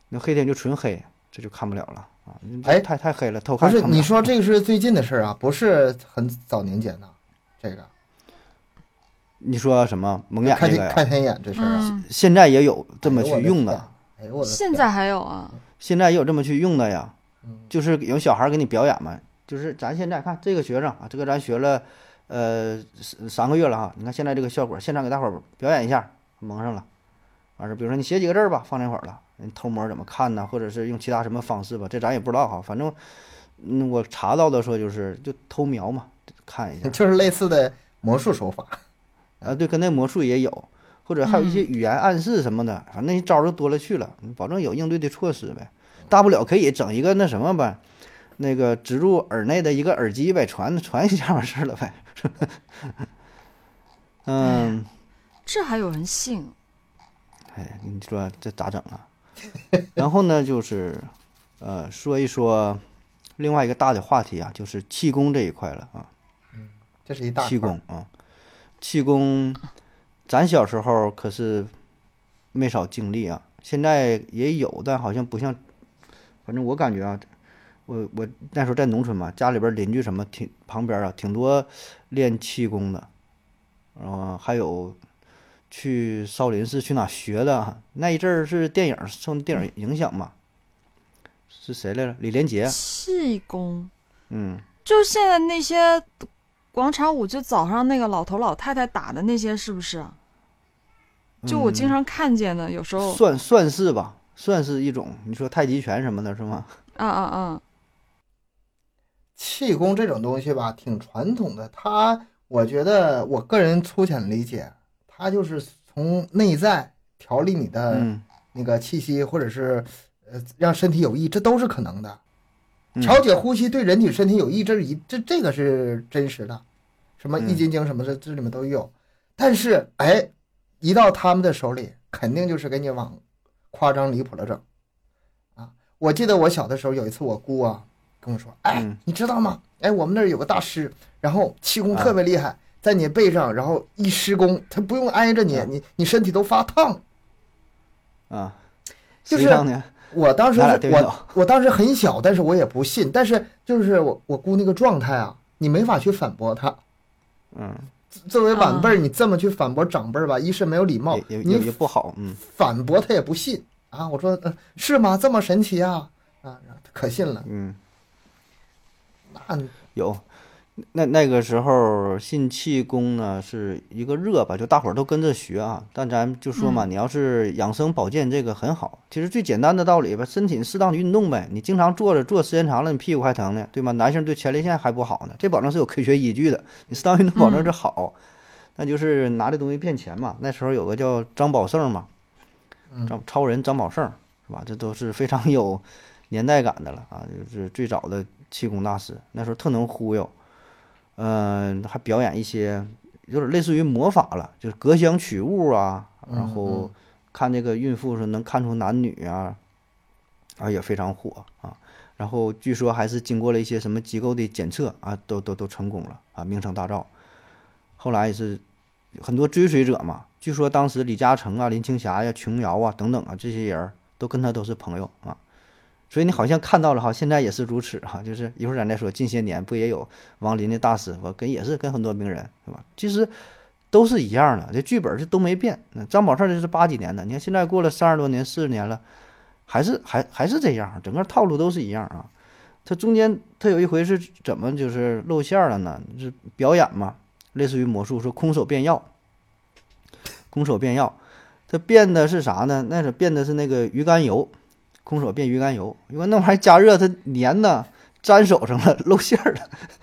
那黑天就纯黑，这就看不了了啊！你这哎太太黑了，偷不看是看不你了。说这个是最近的事儿啊，不是很早年间的这个你说什么蒙眼开这个天呀？开天眼这事儿啊，嗯，现在也有这么哎呦我去用的，天哎呦我的天现在还有啊，现在也有这么去用的呀嗯，就是有小孩儿给你表演嘛，就是咱现在看这个学生啊，这个咱学了呃三三个月了哈，你看现在这个效果，现场给大伙儿表演一下，蒙上了，完事儿，比如说你写几个字儿吧，放那会儿了，你偷摸怎么看呢？或者是用其他什么方式吧，这咱也不知道哈，反正嗯我查到的说就是就偷瞄嘛，看一下， (laughs) 就是类似的魔术手法，啊，对，跟那魔术也有，或者还有一些语言暗示什么的，反正那些招儿就多了去了，你保证有应对的措施呗。大不了可以整一个那什么呗，那个植入耳内的一个耳机呗，传传一下完事儿了呗。 (laughs) 嗯，这还有人信？哎，你说这咋整啊？ (laughs) 然后呢，就是呃，说一说另外一个大的话题啊，就是气功这一块了啊。这是一大气块儿功啊，气功，咱小时候可是没少经历啊。现在也有，但好像不像，反正我感觉啊，我我那时候在农村嘛，家里边邻居什么挺旁边啊，挺多练气功的，然后还有去少林寺去哪学的啊。那一阵儿是电影受电影影响嘛，是谁来着？李连杰，气功嗯，就是现在那些广场舞，就早上那个老头老太太打的那些，是不是啊？就我嗯经常看见的，有时候算算是吧，算是一种。你说太极拳什么的，是吗？啊啊啊，气功这种东西吧，挺传统的。它，我觉得我个人粗浅理解，它就是从内在调理你的嗯，那个气息，或者是呃让身体有益，这都是可能的。嗯调节呼吸对人体身体有益，这是一这这个是真实的，什么嗯易筋经什么的，这里面都有。但是哎，一到他们的手里，肯定就是给你往夸张离谱了整啊！我记得我小的时候有一次，我姑啊跟我说，哎嗯，你知道吗？哎，我们那儿有个大师，然后气功啊特别厉害，在你背上，然后一施功，他不用挨着你啊，你你身体都发烫。啊，就谁是上呢？我当时咱俩对不我了我当时很小，但是我也不信，但是就是我我姑那个状态啊，你没法去反驳她。嗯，作为晚辈儿，你这么去反驳长辈儿吧，一是没有礼貌，也也也你也不好，嗯反驳他也不信啊。我说、呃、是吗？这么神奇啊啊，然后他可信了。嗯。那有，那那个时候信气功呢是一个热吧，就大伙儿都跟着学啊。但咱就说嘛，你要是养生保健这个很好，其实最简单的道理吧，身体适当的运动呗。你经常坐着坐时间长了，你屁股还疼呢，对吗？男性对前列腺还不好呢，这保证是有科学依据的。你适当运动保证是好，那就是拿这东西骗钱嘛。那时候有个叫张宝胜嘛，张超人张宝胜是吧？这都是非常有年代感的了啊，就是最早的气功大师，那时候特能忽悠，嗯、还表演一些有点类似于魔法了，就是隔香取物啊，然后看这个孕妇是能看出男女啊，啊也非常火啊。然后据说还是经过了一些什么机构的检测啊，都都都成功了啊，名声大噪。后来也是很多追随者嘛，据说当时李嘉诚啊、林青霞呀、琼瑶啊等等啊这些人儿都跟他都是朋友啊。所以你好像看到了哈，现在也是如此哈、就是一会儿咱再说，近些年不也有王林的大师傅跟也是跟很多名人对吧？其实都是一样的，这剧本是都没变。那张宝胜这是八几年的，你看现在过了三十多年、四十年了，还是还还是这样，整个套路都是一样啊。他中间他有一回是怎么就是露馅儿了呢？是表演嘛，类似于魔术，说空手变药，空手变药，他变的是啥呢？那是变的是那个鱼肝油，空手变鱼肝油，因为那玩意儿加热它粘呢，粘手上了，露馅儿了，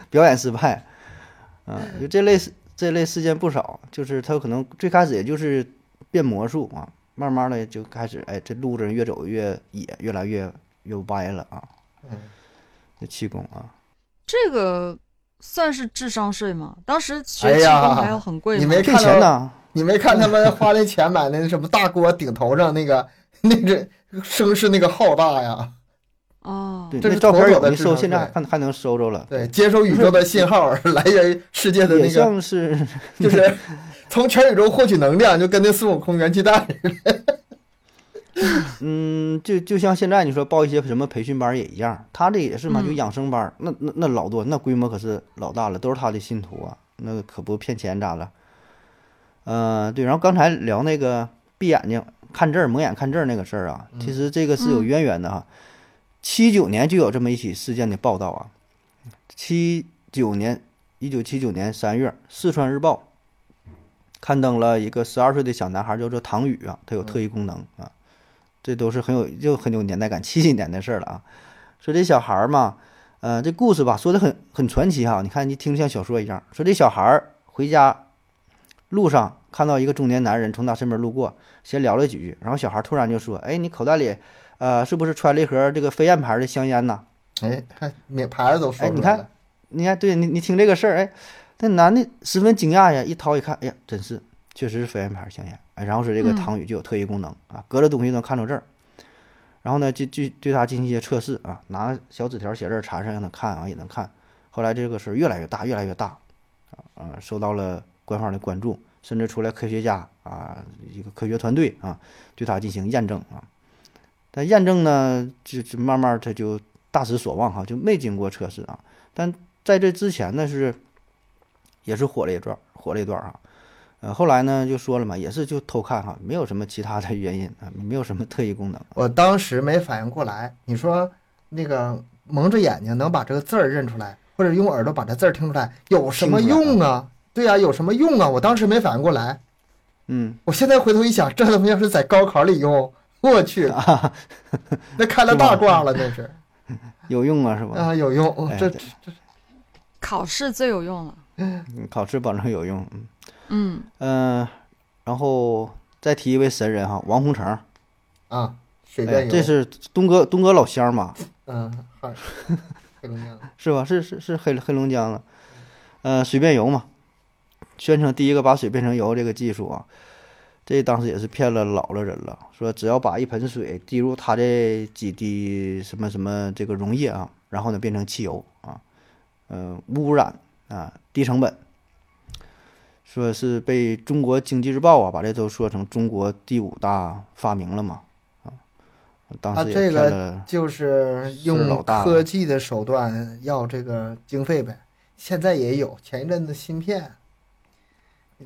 表演失败。啊，就这类事这类事件不少，就是他可能最开始也就是变魔术啊，慢慢的就开始哎，这路子越走越野，越来越越歪了啊。嗯，这气功啊，这个算是智商税吗？当时哎学气呀功还要很贵吗？你没这哎看钱到呢？你没看 (laughs) 他们花那钱买那什么大锅顶头上那个那个声势那个浩大呀？哦，对，这那是照妥片妥有的的智搜，商现在税还还能搜着了。对，接收宇宙的信号 (laughs) 来源于世界的也那个，像是就是从全宇宙获取能量，就跟那孙悟空元气弹似的。嗯，就就像现在你说报一些什么培训班儿也一样，他这也是嘛，嗯就养生班儿，那那那老多，那规模可是老大了，都是他的信徒啊，那可不骗钱咋了？呃，对，然后刚才聊那个闭眼睛看字儿、蒙眼看字儿那个事儿啊，其实这个是有嗯渊源的哈。七九、年就有这么一起事件的报道啊，七九年，一九七九年三月，四川日报刊登了一个十二岁的小男孩，叫做唐宇啊，他有特异功能啊，这都是很有就很有年代感，七几年的事儿了啊。说这小孩儿嘛，呃，这故事吧说的很很传奇哈、你看你听着像小说一样。说这小孩儿回家路上看到一个中年男人从他身边路过，闲聊了几句，然后小孩儿突然就说：“哎，你口袋里呃是不是揣了一盒这个飞燕牌的香烟呐？”哎，看名牌子都说哎出你来看了。你看，对你你听这个事儿，哎，那男的十分惊讶呀，一掏一看，哎呀，真是，确实是飞燕牌香烟。哎，然后说这个嗯唐宇就有特异功能、啊，隔着东西能看出字儿。然后呢，就就对他进行一些测试啊，拿小纸条写字儿缠上让他看啊，也能看。后来这个事儿越来越大，越来越大，啊啊，受到了官方的关注，甚至出来科学家啊，一个科学团队啊，对他进行验证啊。但验证呢，就就慢慢他就大失所望哈、就没经过测试啊。但在这之前呢是，也是火了一段，火了一段啊。呃，后来呢就说了嘛，也是就偷看哈、没有什么其他的原因啊，没有什么特异功能。我当时没反应过来，你说那个蒙着眼睛能把这个字儿认出来，或者用耳朵把这字儿听出来，有什么用啊？对呀、有什么用啊？我当时没反应过来，嗯， (laughs) 我现在回头一想，这东西要是在高考里用，我去，那开了大挂了，那啊是 (laughs) 有用啊是吧？啊，有用，哎这对考试最有用了。嗯考试保证有用。嗯嗯嗯、呃然后再提一位神人哈，王洪成，啊，水哎变，油，这是东哥东哥老乡嘛，嗯， (laughs) 哈，黑龙江是吧？是是是黑黑龙江的，呃，水变油嘛，宣称第一个把水变成油这个技术啊，这当时也是骗了老了人了，说只要把一盆水滴入他这几滴什么什么这个溶液啊，然后呢变成汽油啊，嗯、无污染啊，低成本。说是被《中国经济日报》啊，把这都说成中国第五大发明了嘛，啊，当啊时也这骗个了、就是是老用大了科技的手段要这个经费呗。现在也有，前一阵子芯片，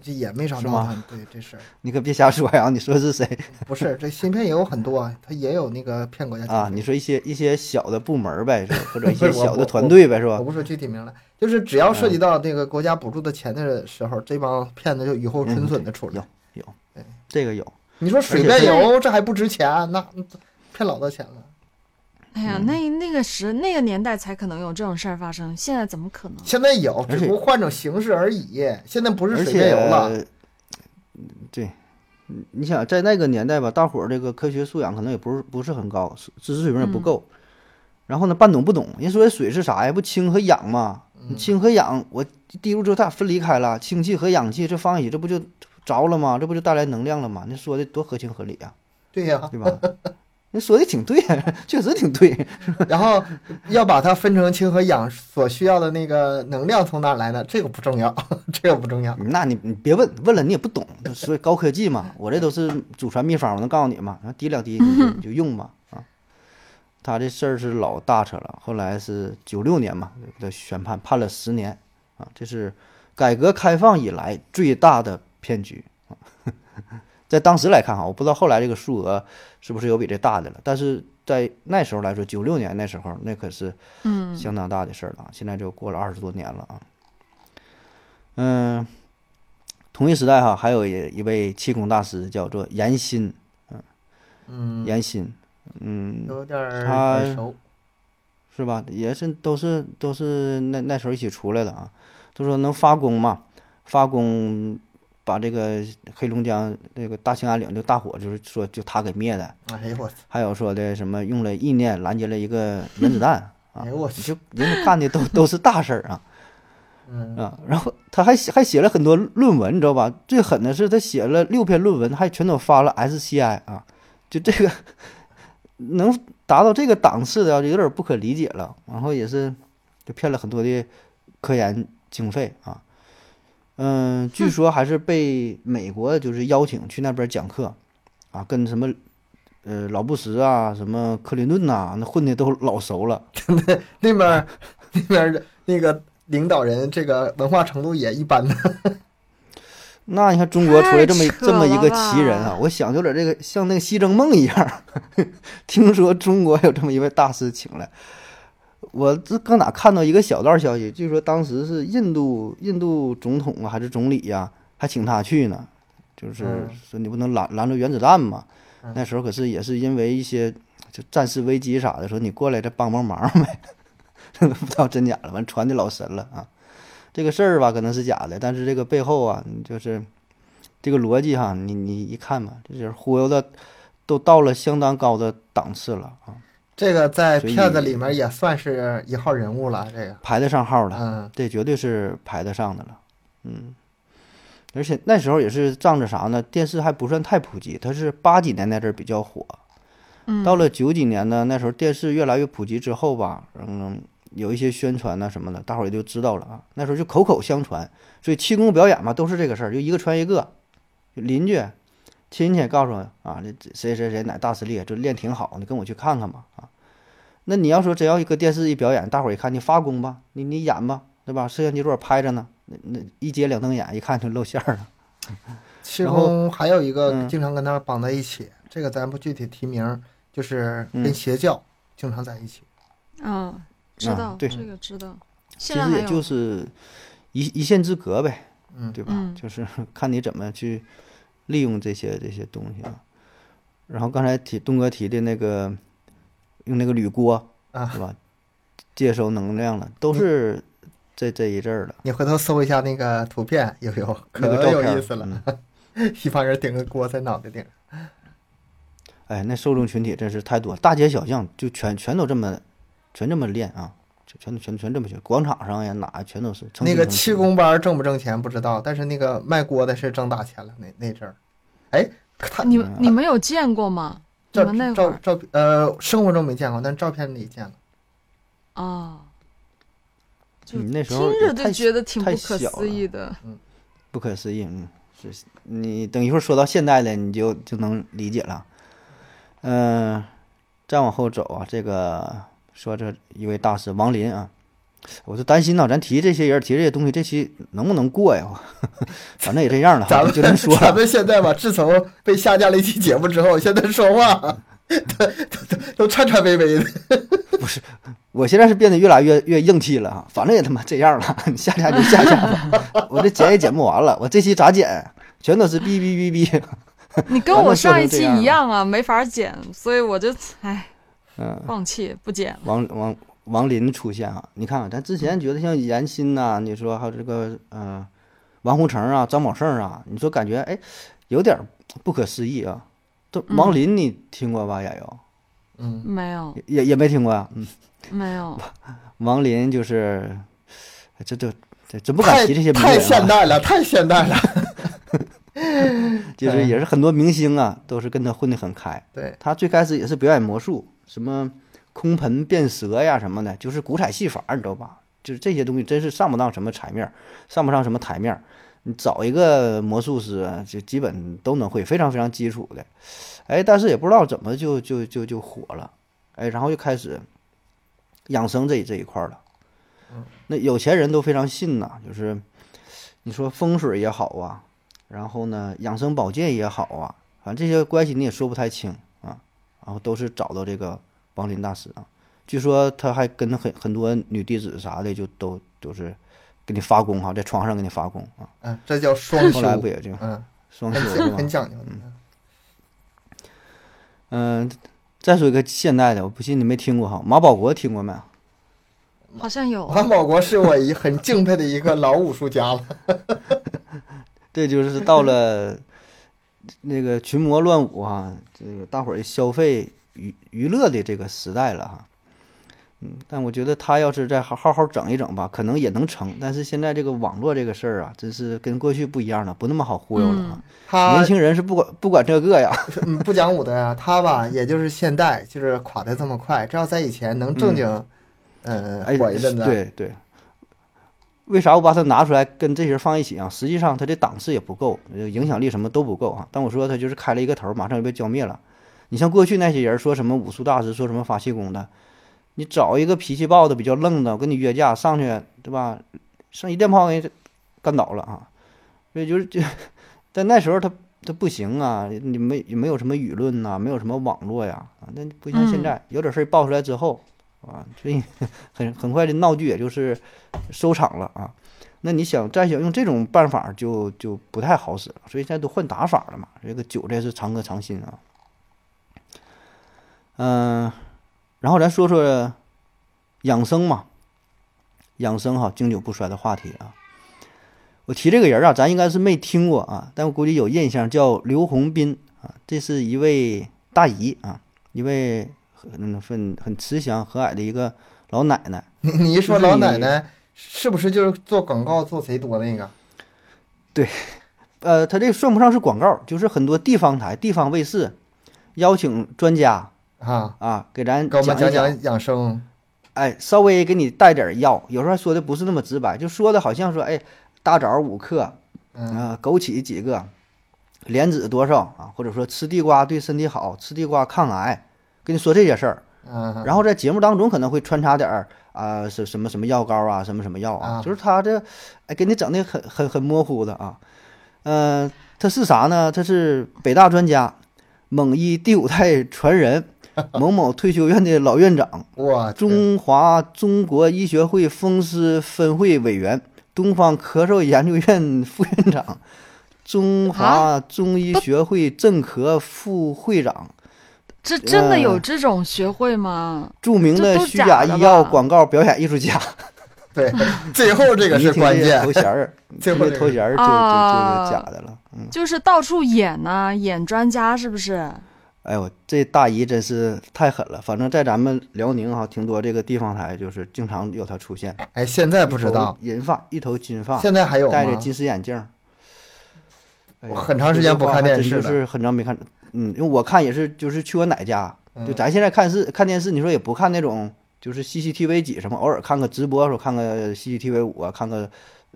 这也没少是闹吗腾。对这事儿，你可别瞎说呀、你说是谁？不是这芯片也有很多，啊 (laughs) 它也有那个骗国家经费啊，你说一些一些小的部门儿呗，是吧或者 (laughs) 一不是些我小的我团队呗，是我吧？不说具体名了，就是只要涉及到这个国家补助的钱的时候，这帮骗子就雨后春笋的出来。嗯有有，这个有。你说水变油这还不值钱，啊那骗老多钱了。哎呀，那嗯那个时那个年代才可能有这种事儿发生，现在怎么可能？现在有，而只且不过换种形式而已。现在不是而水且变油了，对，你你想在那个年代吧，大伙儿这个科学素养可能也不是不是很高，知知识水平也不够。然后呢，半懂不懂，人说水是啥呀？不氢和氧嘛？你氢和氧，我滴入之后它俩分离开了，氢气和氧气这放一起，这不就着了吗？这不就带来能量了吗？你说的多合情合理啊，对呀、对吧？ (laughs) 你说的挺对啊，确实挺对。然后要把它分成氢和氧所需要的那个能量从哪来呢？这个不重要， (laughs) 这个不重要。嗯那你你别问，问了你也不懂，所以高科技嘛，我这都是祖传秘方，我能告诉你嘛，然后滴两滴你就你就用嘛啊。他这事儿是老大扯了，后来是九六年嘛，给他宣判，判了十年啊，这是改革开放以来最大的骗局啊。 (laughs) 在当时来看哈，我不知道后来这个数额是不是有比这大的了，但是在那时候来说，九六年那时候那可是嗯，相当大的事儿了啊，现在就过了二十多年了啊。嗯，同一时代哈，还有一一位气功大师叫做严心，嗯，严心，嗯，有点儿他耳熟。是吧？也是都是都是那那时候一起出来的啊。都说能发功嘛，发功把这个黑龙江这个大兴安岭就大火，就是说就他给灭的。哎呦我操！还有说的什么用了意念拦截了一个原子弹啊，哎呦我你去就人家干的都都是大事儿啊。嗯啊，然后他还写还写了很多论文，你知道吧？最狠的是他写了六篇论文，还全都发了 SCI 啊，就这个能达到这个档次的啊，就有点不可理解了。然后也是就骗了很多的科研经费啊，嗯，据说还是被美国就是邀请去那边讲课啊，跟什么。呃，老布什啊，什么克林顿呐、那混的都老熟了。那 (laughs) 边儿那边儿的那个领导人这个文化程度也一般的。那你看中国出来这么一太扯这么一个奇人了啊，我想就有点这个像那个西征梦一样。 (laughs) 听说中国有这么一位大师请来，我这刚哪看到一个小道消息，据说当时是印度印度总统啊还是总理呀、还请他去呢，就是嗯说你不能拦拦住原子弹嘛嗯。那时候可是也是因为一些就战事危机啥的，说你过来再帮帮忙呗， (laughs) 不知道真假了，完传的老神了啊。这个事儿吧，可能是假的，但是这个背后啊，你就是这个逻辑哈，你你一看吧，这就是忽悠的，都到了相当高的档次了啊，这个在所以骗子里面也算是一号人物了。这个，排得上号了。嗯，这绝对是排得上的了，嗯。而且那时候也是仗着啥呢？电视还不算太普及，它是八几年那阵儿比较火，嗯到了九几年呢，那时候电视越来越普及之后吧，嗯，有一些宣传啊呐、什么的，大伙儿也就知道了啊。那时候就口口相传，所以气功表演嘛都是这个事儿，就一个传一个，邻居、亲戚告诉啊，这这谁谁谁哪大师厉害，这练挺好，你跟我去看看吧啊。那你要说真要一个电视一表演，大伙儿一看你发功吧，你你演吧，对吧？摄像机这块儿拍着呢，那那一接两瞪眼，一看就露馅儿了。其然后中还有一个嗯经常跟他绑在一起，这个咱不具体提名，就是跟嗯邪教经常在一起。啊，知啊道、对这个知道，现其在实还也有就吗是一一线之隔呗，嗯对吧？嗯就是 (laughs) 看你怎么去利用这些这些东西啊。然后刚才提东哥提的那个，用那个铝锅啊嗯是吧？接收能量了，都是这这一阵儿了。你回头搜一下那个图片，有有那个可照有片意儿思了。嗯 (laughs) 西方人顶个锅在脑袋顶上。哎，那受众群体真是太多，大街小巷就全全都这么，全这么练啊，全全全全这么学。广场上呀，哪全都是。成那群个成气群功班挣不挣钱不知道，但是那个卖锅的是挣大钱了那那阵儿。哎，他你们你们有见过吗？你照们那会照儿照呃，生活中没见过，但照片里见了。啊，就嗯你那时听候也着太就觉得挺太不可小了思议的。不可思议，嗯，是你等一会儿说到现代的，你就就能理解了。嗯、再往后走啊，这个说这一位大师王林啊，我就担心呐，咱提这些人提这些东西，这期能不能过呀？ (laughs) 反正也这样了，咱们啊就这么说 (laughs) 咱了。们 (laughs) 现在吧，自从被下架了一期节目之后，现在说话都都都都颤颤巍巍的。我现在是变得越来越越硬气了啊，反正也他妈这样了，你下架就下架吧， (laughs) 我这剪也剪不完了，我这期咋剪？全都是哔哔哔哔。你跟咱我们说上一成这期样一了样啊，没法剪，所以我就唉，嗯，放弃不剪了。王王王林出现啊！你看看，咱之前觉得像严欣呐、你说还有这个呃王洪成啊、张宝胜啊，你说感觉哎有点儿不可思议啊。这嗯王林你听过吧？亚友嗯，没有，也也也没听过啊。嗯，没有，王林就是哎这这这真不敢太提这些名太现人啊，代了，太现代了。就是也是很多明星啊都是跟他混得很开。对，他最开始也是表演魔术，什么空盆变蛇呀什么的，就是古彩戏法，你知道吧？就是这些东西真是上不到什么台面儿，上不上什么台面儿。你找一个魔术师啊，就基本都能会，非常非常基础的。哎，但是也不知道怎么就就就就火了，哎，然后就开始养生这这一块儿了。那有钱人都非常信呐、就是你说风水也好啊，然后呢养生保健也好啊，反正这些关系你也说不太清啊，然后都是找到这个王林大师啊。据说他还跟很很多女弟子啥的就都都是给你发功哈、在床上给你发功啊。嗯，这叫双后修。来不也这样嗯，双修是很吧？很讲究的。嗯、再说一个现代的，我不信你没听过哈，马保国听过没？好像有。王保国是我一很敬佩的一个老武术家了。这就是到了那个群魔乱舞啊，这个大伙儿消费娱娱乐的这个时代了哈。嗯，但我觉得他要是再好好好整一整吧，可能也能成。但是现在这个网络这个事儿啊，真是跟过去不一样了，不那么好忽悠了啊。他年轻人是不管不管这个呀，嗯不讲武的呀，他吧也就是现代就是垮的这么快，这要在以前能正经，嗯，哎，火一阵子。对对。为啥我把它拿出来跟这些放一起啊？实际上它这档次也不够，呃影响力什么都不够啊。但我说它就是开了一个头儿，马上就被浇灭了。你像过去那些人说什么武术大师，说什么法气功的，你找一个脾气暴的、比较愣的，我跟你约架上去，对吧？上一电炮给你干倒了啊！所以就是就 (laughs) 在那时候他他不行啊，你没也没有什么舆论呐、没有什么网络呀啊，那不像现在、有点事儿爆出来之后啊，所以 (laughs) 很很快的闹剧也就是收场了啊。那你想再想用这种办法就就不太好使了，所以现在都换打法了嘛。这个韭菜是常客常新啊。嗯、然后咱说说养生嘛，养生哈，经久不衰的话题啊。我提这个人啊，咱应该是没听过啊，但我估计有印象，叫刘洪斌啊，这是一位大姨啊，一位很嗯很很慈祥和蔼的一个老奶奶。你你一说就是老你奶奶，是不是就是做广告做贼多那个？呃，他这算不上是广告，就是很多地方台、地方卫视邀请专家啊，啊，给咱给我们讲讲一讲，讲养生。哎，稍微给你带点儿药，有时候还说的不是那么直白，就说的好像说，哎，大枣五克，嗯，啊，枸杞几个，莲子多少啊，或者说吃地瓜对身体好，吃地瓜抗癌，跟你说这些事儿，嗯，然后在节目当中可能会穿插点儿啊，什、什么什么药膏啊，什么什么药啊，啊就是他这哎给你整的很很很模糊的啊。呃，他是啥呢？他是北大专家，蒙医第五代传人，某某退休院的老院长，我去中华中国医学会风湿分会委员，东方咳嗽研究院副院长，中华啊中医学会镇咳副会长。这真的有呃这种学会吗？著名这的都虚假假的医药吧广告表演艺术家，对， (laughs) 最后这个你一是听关这些 (laughs) 键。头衔儿，最这后些这头个衔儿就就啊就是假的了。嗯，就是到处演呐、演专家是不是？哎呦，这大姨真是太狠了。反正在咱们辽宁哈，挺多这个地方台就是经常有她出现。哎，现在不知道，银发，一头金发，现在还有戴着吗？近视眼镜儿。哎呀我很长时间不看电视这了句话还真就是很长没看。嗯，因为我看也是，就是去我奶家，嗯就咱现在看是看电视，你说也不看那种就是 CCTV 几什么，偶尔看个直播，说看个 CCTV 五啊，看个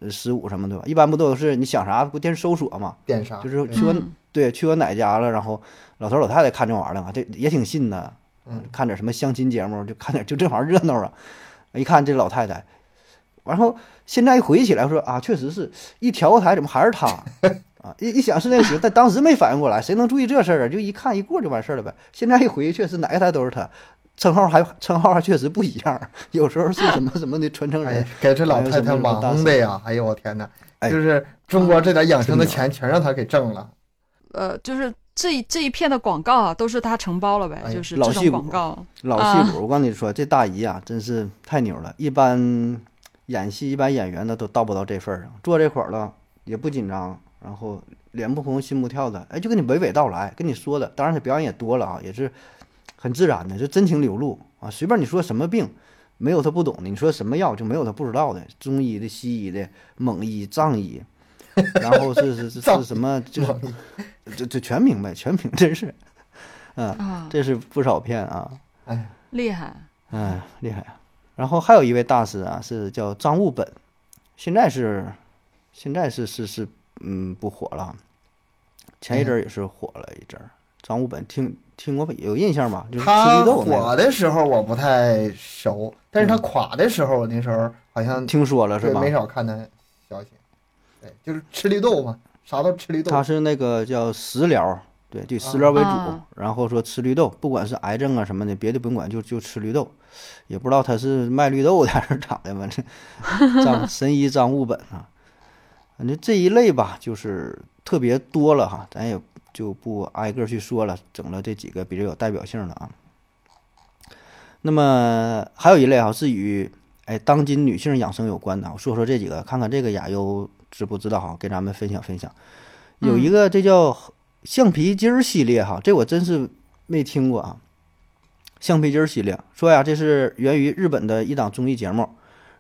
十五什么，对吧？一般不都是你想啥不电视搜索嘛，点啥？就是对去我、嗯对去我奶家了，然后老头老太太看这玩意儿了嘛，这也挺信的。嗯看点什么相亲节目，就看点就这玩意儿热闹啊。一看这老太太，然后现在一回忆起来说啊，确实是一调过台怎么还是她 (laughs) 啊？一一想是那个媳妇，但当时没反应过来，谁能注意这事儿啊？就一看一过就完事儿了呗。现在一回忆，确实哪个台都是她，称号还称号还确实不一样，有时候是什么什么的传承人哎，，给这老还有太什太么什么大忙事的呀！哎呦我天哪，哎啊就是中国这点养生的真钱全让她给挣了。呃，就是这一这一片的广告啊，都是他承包了呗，哎呀就是老这戏种骨广告。老戏骨，我跟你说，这大姨啊，真是太牛了。一般演戏，一般演员呢都到不到这份儿上，坐这会儿了也不紧张，然后脸不红心不跳的，哎，就跟你娓娓道来，跟你说的。当然，他表演也多了啊，也是很自然的，就真情流露啊。随便你说什么病，没有他不懂的；你说什么药，就没有他不知道的。中医的、西医的、蒙医、藏医，然后是是是是什么，就我就就全明白，全明白，真是，嗯、啊，这是不少骗啊。哎，厉害！嗯，厉害啊！然后还有一位大师啊，是叫张悟本，现在是现在是是是嗯不火了，前一阵儿也是火了一阵儿。张悟本听听过有印象吧？就是吃她绿豆那火个，的时候我不太熟，但是她垮的时候，我那时候好像听说了嗯是对吧？没少看她消息。对，就是吃绿豆嘛，啥都吃绿豆他。是那个叫食疗，对，就以食疗为主，啊然后说吃绿豆，不管是癌症啊什么的，别的不用管，就就吃绿豆。也不知道他是卖绿豆的还是咋的，反正张神医张悟本啊，反正这一类吧，就是特别多了哈，咱也就不挨个去说了，整了这几个比较有代表性的啊。那么还有一类哈、是与哎当今女性养生有关的，我说说这几个，看看这个雅优知不知道哈，给咱们分享分享。有嗯一个这叫橡皮筋儿系列哈，这我真是没听过啊。橡皮筋儿系列，说呀，这是源于日本的一档综艺节目，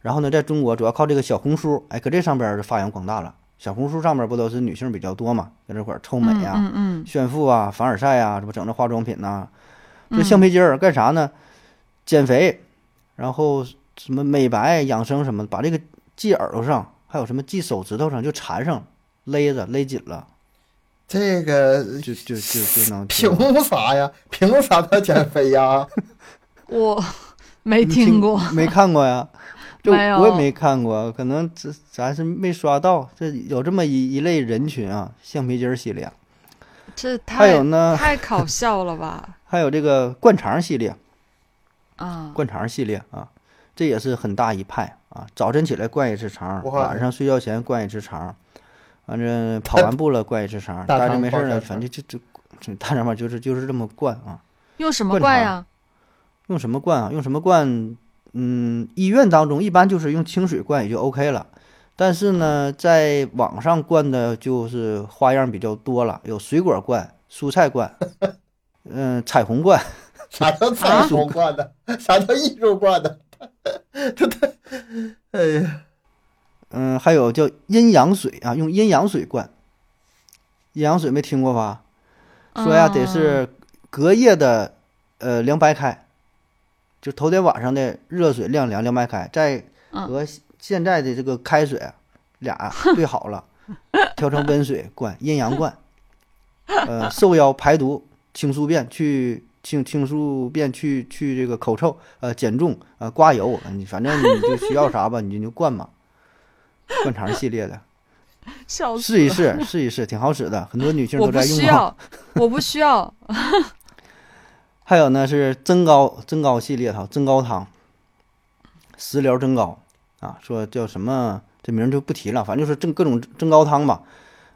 然后呢，在中国主要靠这个小红书，哎，搁这上边儿就发扬光大了。小红书上面不都是女性比较多嘛，在这块儿臭美啊呀、嗯嗯炫富啊、凡尔赛啊，这不整这化妆品呐、嗯这橡皮筋儿干啥呢？减肥，然后什么美白、养生什么的，把这个系耳朵上，还有什么系手指头上就缠上，勒着勒紧了，这个就就就就能 (laughs) 凭啥呀？凭啥她减肥呀？嗯，我没你听过。，没看过 (laughs) 呀？这没有我也没看过，可能这咱是没刷到。这有这么一一类人群啊，橡皮筋儿系列，这还有太呢，太搞笑了吧？还有这个灌肠系列，啊，灌肠系列啊，这也是很大一派啊。早晨起来灌一次肠，哇晚上睡觉前灌一次肠，反正跑完步了灌一次肠，大待着肠没事儿包了，小肠反正就就就大肠包就是就是这么灌啊。用什么灌灌肠呀？用什么灌啊？用什么灌？嗯，医院当中一般就是用清水灌也就 OK 了。但是呢，在网上灌的就是花样比较多了，有水果灌、蔬菜灌， (laughs) 嗯，彩虹灌，啥叫啊才术惯的？啥叫艺术惯的？ (laughs) 这他，哎呀，嗯，还有叫阴阳水啊，用阴阳水灌。阴阳水没听过吧？说啊呀，得哦是隔夜的，呃，凉白开，就头天晚上的热水晾凉凉白开，再嗯和现在的这个开水啊 (laughs) 俩兑好了，调成温水灌，阴阳灌，呃，瘦腰排毒、清宿便、去清清宿便、去去这个口臭，呃，减重，呃，刮油，你反正你就需要啥吧，你就你就灌吧， (laughs) 灌肠系列的，笑死试一试，试一试，挺好使的，很多女性我都不在需用到。要，我不需要。还有呢是增高增高系列哈，增高汤，食疗增高啊，说叫什么这名儿就不提了，反正就是增各种增高汤吧。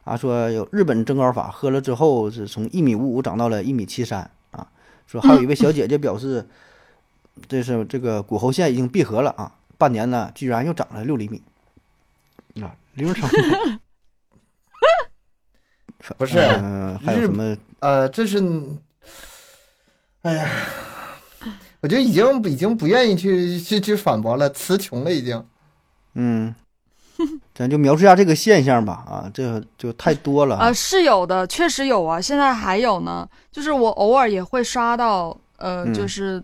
啊，说有日本增高法，喝了之后是从一米五五长到了一米七三啊。说还有一位小姐姐表示，这是这个骨骺线已经闭合了啊，半年呢，居然又长了六厘米，啊，零成不是嗯、还有日什么呃，这是，哎呀，我就已经已经不愿意去去去反驳了，词穷了已经。嗯，咱就描述一下这个现象吧。啊，这就太多了。啊呃，是有的，确实有啊，现在还有呢。就是我偶尔也会刷到，呃，嗯就是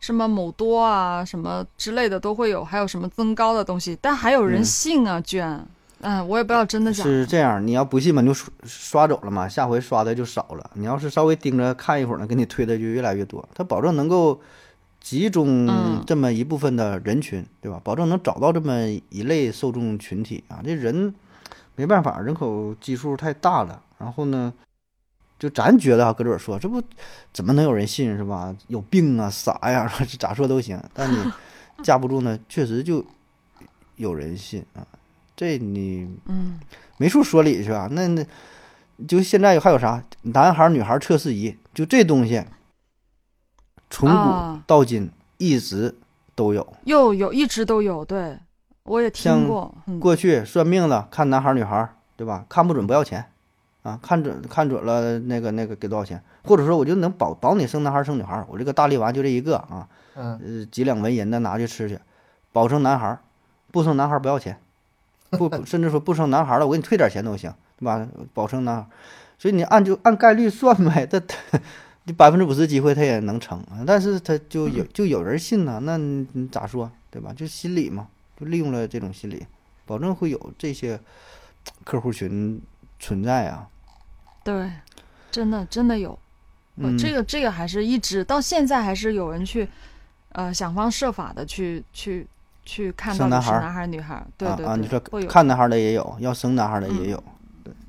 什么某多啊、什么之类的都会有，还有什么增高的东西，但还有人嗯信啊，居然，嗯，我也不知道真的假的。是这样，你要不信嘛，你就刷刷走了嘛，下回刷的就少了。你要是稍微盯着看一会儿呢，给你推的就越来越多。它保证能够集嗯中这么一部分的人群，对吧？保证能找到这么一类受众群体啊。这人没办法，人口基数太大了。然后呢，就咱觉得啊，搁这儿说，这不怎么能有人信是吧？有病啊，傻呀， (laughs) 咋说都行。但你架不住呢，确实就有人信啊。这你嗯，没处说理去吧？那那就现在还有啥男孩儿女孩儿测试仪，就这东西，从古啊到今一直都有。又有，一直都有，对我也听像过，嗯，过去算命的看男孩儿女孩儿，对吧？看不准不要钱，啊，看准看准了那个那个给多少钱，或者说我就能保保你生男孩儿生女孩儿，我这个大力丸就这一个啊，嗯，呃，几两纹银的拿去吃去，保生男孩儿，不生男孩儿不要钱，不 (laughs) 不甚至说不生男孩儿了，我给你退点钱都行，对吧？保生男孩儿，所以你按就按概率算呗，这 (laughs) 你百分之五十机会他也能成啊，但是他就嗯有就有人信呐、那你你咋说对吧？就心理嘛，就利用了这种心理，保证会有这些客户群存在啊。对，真的真的有，呃嗯，这个这个还是一直到现在还是有人去，呃，想方设法的去去去看到生底男是孩儿男孩儿女孩儿，对啊对啊，你对，说会有看男孩儿的也有，要生男孩儿的也有。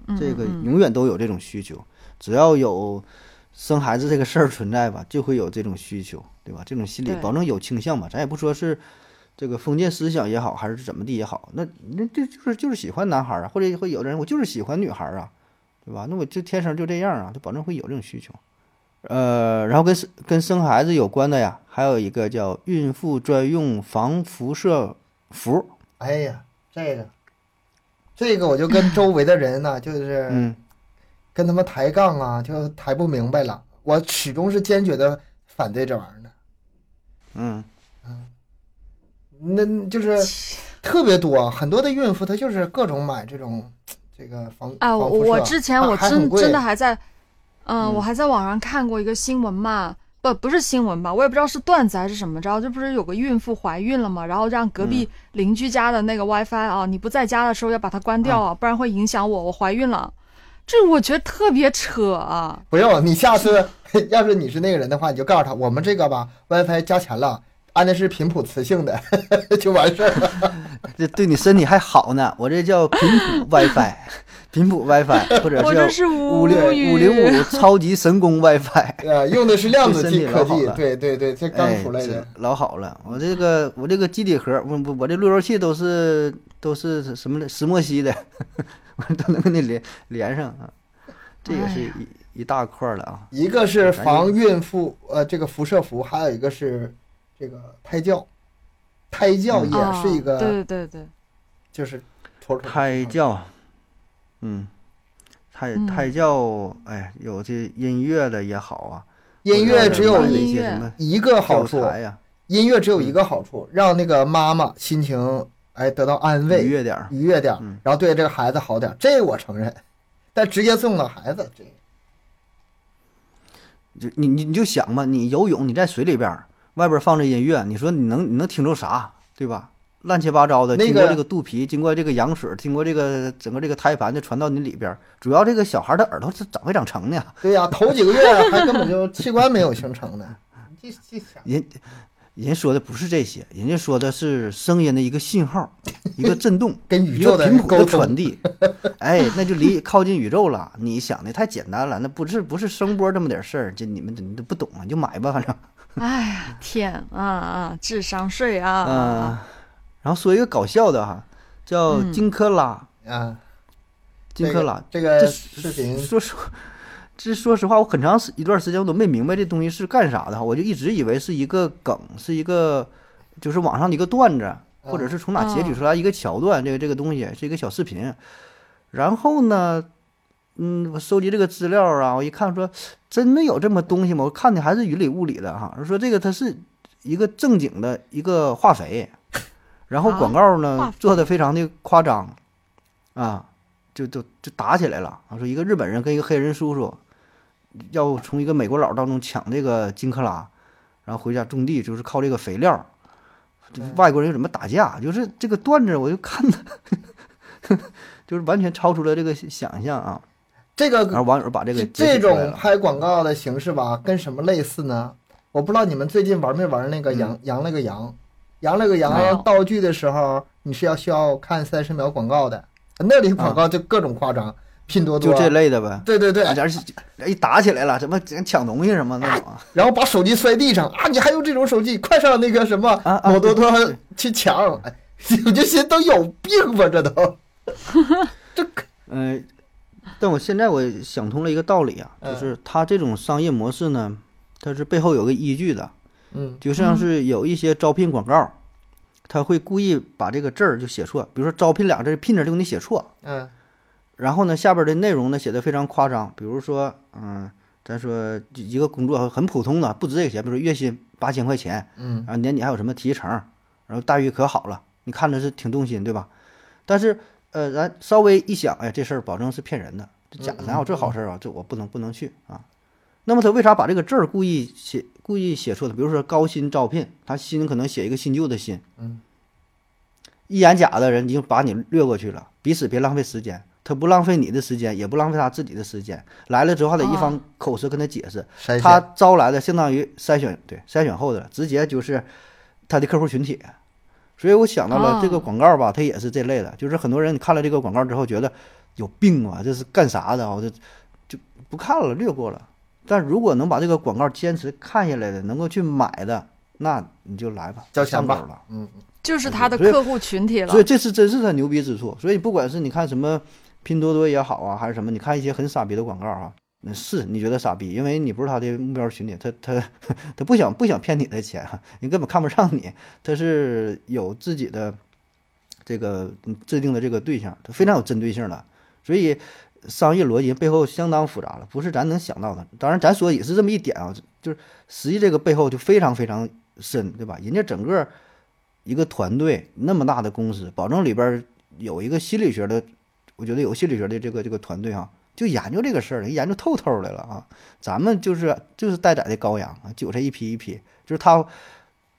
嗯这个嗯嗯永远都有这种需求，只要有生孩子这个事儿存在吧，就会有这种需求，对吧？这种心理对保证有倾向吧，咱也不说是这个封建思想也好，还是怎么地也好，那那这就是就是喜欢男孩儿啊，或者会有的人我就是喜欢女孩儿啊，对吧？那我就天生就这样啊，就保证会有这种需求。呃，然后跟生跟生孩子有关的呀，还有一个叫孕妇专用防辐射服，哎呀，这个，这个我就跟周围的人呐，就是嗯跟他们抬杠啊，就抬不明白了。我始终是坚决的反对这玩意儿的。嗯，那就是特别多，很多的孕妇她就是各种买这种这个防啊，我防辐射我之前我还还很真贵啊真的还在，嗯，嗯我还在网上看过一个新闻嘛，不不是新闻吧，我也不知道是段子还是什么着，这不是有个孕妇怀孕了嘛，然后让隔壁邻居家的那个 WiFi 啊，你不在家的时候要把它关掉啊，不然会影响我，我怀孕了，这我觉得特别扯啊，不用，你下次 (laughs) 要是你是那个人的话，你就告诉他，我们这个吧，WiFi 加钱了，安的是频谱磁性的， (laughs) 就完事儿了。这对你身体还好呢。我这叫频谱 (laughs) WiFi，频谱 WiFi，或者我真是啊叫无五零语。五零五超级神功 (laughs) WiFi。呃，用的是量子计科对身体老技好，了对对对，这刚哎，出来这的。老好了，我这个我这个机顶盒，我我我这路由器都是都是什么的石墨烯的， (laughs) 我都能给你连连上啊。这也是哎一、一大块儿了啊。一个是防孕妇呃这个辐射服，还有一个是这个胎教，胎教嗯也啊是一个对对对就是妥妥的胎教，嗯，胎嗯胎教，哎，有这音乐的也好啊，音乐只有或者买了一一音些乐什么一个好教处，材啊嗯呀、音乐只有一个好处，让那个妈妈心情哎得到安愉慰、悦点儿。愉悦点儿嗯，然后对这个孩子好点儿，这我承认。但直接送了孩子，这就你你你就想吧，你游泳你在水里边儿，外边儿放着音乐，你说你能你能听着啥，对吧？乱七八糟的，那经过个这个肚皮，经过这个羊水，经过这个整个这个胎盘，就传到你里边儿。主要这个小孩儿的耳朵是长没长成呢？对呀、头几个月还根本就器官没有形 (laughs) 成呢。这这想人人说的不是这些，人家说的是声音的一个信号，一个震动， (laughs) 跟宇宙一个的频谱沟的通传递。 (laughs) 哎，那就离靠近宇宙了。你想的太简单了，那不是不是声波这么点儿事儿，这你们你都不懂啊，你就买吧，反正。哎呀天啊啊，智商税啊啊！嗯啊，然后说一个搞笑的哈，叫嗯金克拉，啊，金克拉。这这个视频说说，这说实话，我很长时一段时间我都没明白这东西是干啥的哈，我就一直以为是一个梗，是一个就是网上的一个段子，或者是从哪截取出来一个桥段，这个这个东西是一个小视频。然后呢，嗯，我收集这个资料啊，我一看说真的有这么东西吗？我看的还是云里雾里的哈。说这个它是一个正经的一个化肥，然后广告呢、啊化肥做的非常的夸张，啊，就就就打起来了。啊，说一个日本人跟一个黑人叔叔要从一个美国佬当中抢这个金克拉，然后回家种地，就是靠这个肥料。这嗯外国人又怎么打架？就是这个段子，我就看的， (laughs) 就是完全超出了这个想象啊。这个然后网友把这个截这取出来种啊了拍广告的形式吧，跟什么类似呢？我不知道你们最近玩没玩那嗯个羊、羊了个羊，羊了个没有羊道具的时候，你是要需要看三十秒广告的，那里广告就各种夸张，拼多嗯多就这类的呗。啊对对对，而且一哎打起来了，什么抢东西什么那种啊，然后把手机摔地上啊！你还用这种手机？快上那个什么啊啊某多多去抢！哎， (laughs) 我就寻思都有病吧，这都。嗯、但我现在我想通了一个道理啊，就是他这种商业模式呢，它是背后有个依据的，嗯就像是有一些招聘广告，他会故意把这个字儿就写错，比如说招聘俩字儿，聘字儿就给你写错，嗯然后呢，下边的内容呢写的非常夸张，比如说，嗯，咱说一个工作很普通的，不值这个钱，比如说月薪八千块钱，嗯，啊，年底还有什么提成，然后待遇可好了，你看着是挺动心，对吧？但是，呃，咱稍微一想，哎，这事儿保证是骗人的，这假嗯的，哪有这好事儿啊？这我不能不能去啊。那么他为啥把这个字儿故意写故意写错的？比如说高薪招聘，他薪可能写一个新旧的薪，嗯，一眼假的人已经把你略过去了，彼此别浪费时间。他不浪费你的时间，也不浪费他自己的时间。来了之后，还得啊一方口舌跟他解释，筛他选招来的相当于筛选，对筛选后的直接就是他的客户群体。所以我想到了哦这个广告吧，它也是这类的，就是很多人你看了这个广告之后觉得有病啊，这是干啥的啊？我就就不看了，略过了。但如果能把这个广告坚持看下来的，能够去买的，那你就来吧，交钱吧上钩了。嗯就是他的所以客户群体了所以。这是真是他牛逼之处。所以不管是你看什么拼多多也好啊，还是什么，你看一些很傻逼的广告啊，嗯是你觉得傻逼，因为你不是他的目标群体，他他他不想不想骗你的钱，啊你根本看不上你，他是有自己的这个嗯制定的这个对象，他非常有针对性的，所以。商业逻辑背后相当复杂了，不是咱能想到的。当然，咱说也是这么一点啊，就是实际这个背后就非常非常深，对吧？人家整个一个团队那么大的公司，保证里边儿有一个心理学的，我觉得有心理学的这个这个团队哈、就研究这个事儿，研究透透的了啊。咱们就是就是待宰的羔羊啊，韭菜一批一批，就是他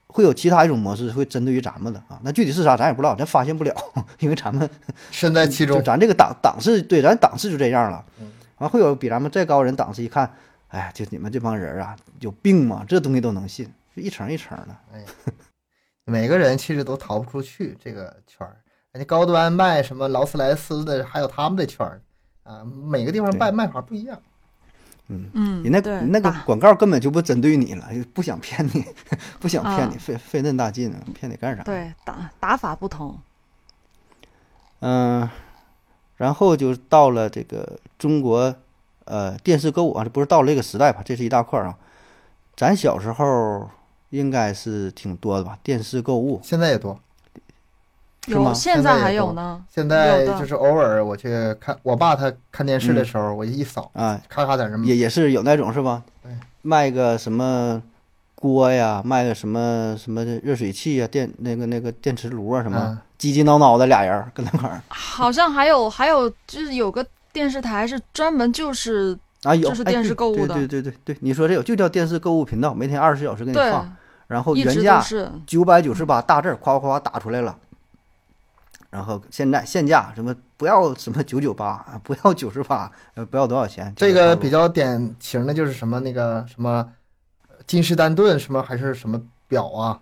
会有其他一种模式会针对于咱们的啊。那具体是啥咱也不知道，咱发现不了， (laughs) 因为咱们身在其就中。咱这个档档次，对，咱档次就这样了。完、会有比咱们再高人档次，一看，哎，就你们这帮人啊，有病吗？这东西都能信，就一层一层的。每个人其实都逃不出去这个圈儿，人家高端卖什么劳斯莱斯的，还有他们的圈儿啊，每个地方对卖卖法不一样。嗯，人那对那个吧广告根本就不针对你了， (laughs) 不想骗你，不想骗你，啊费费那大劲啊，骗你干啥？对打打法不同，嗯、然后就到了这个中国，呃，电视购物啊，这不是到了这个时代吧？这是一大块儿啊。咱小时候应该是挺多的吧？电视购物，现在也多，是吗有现现在在也还多有呢。现在有的就是偶尔我去看我爸他看电嗯视的时候，我就一扫，啊，咔咔在嗯那也也是有那种是吧对？卖个什么锅呀，卖个什么什么热水器呀，电那个那个电磁炉啊，什么嗯叽叽挠挠的俩人儿跟那块儿好像还有还有就是有个电视台是专门就是啊，有这是哎电对视购物对的对对对对，你说这有就叫电视购物频道，每天二十小时给你对，放，然后一原直都价是九百九十八大字儿夸夸夸打出来了，然后现在现价什么不要什么九九八，不要九十八，呃不要多少钱，这个比较较典型的就是什么那个什么金诗丹顿什么还是什么表啊，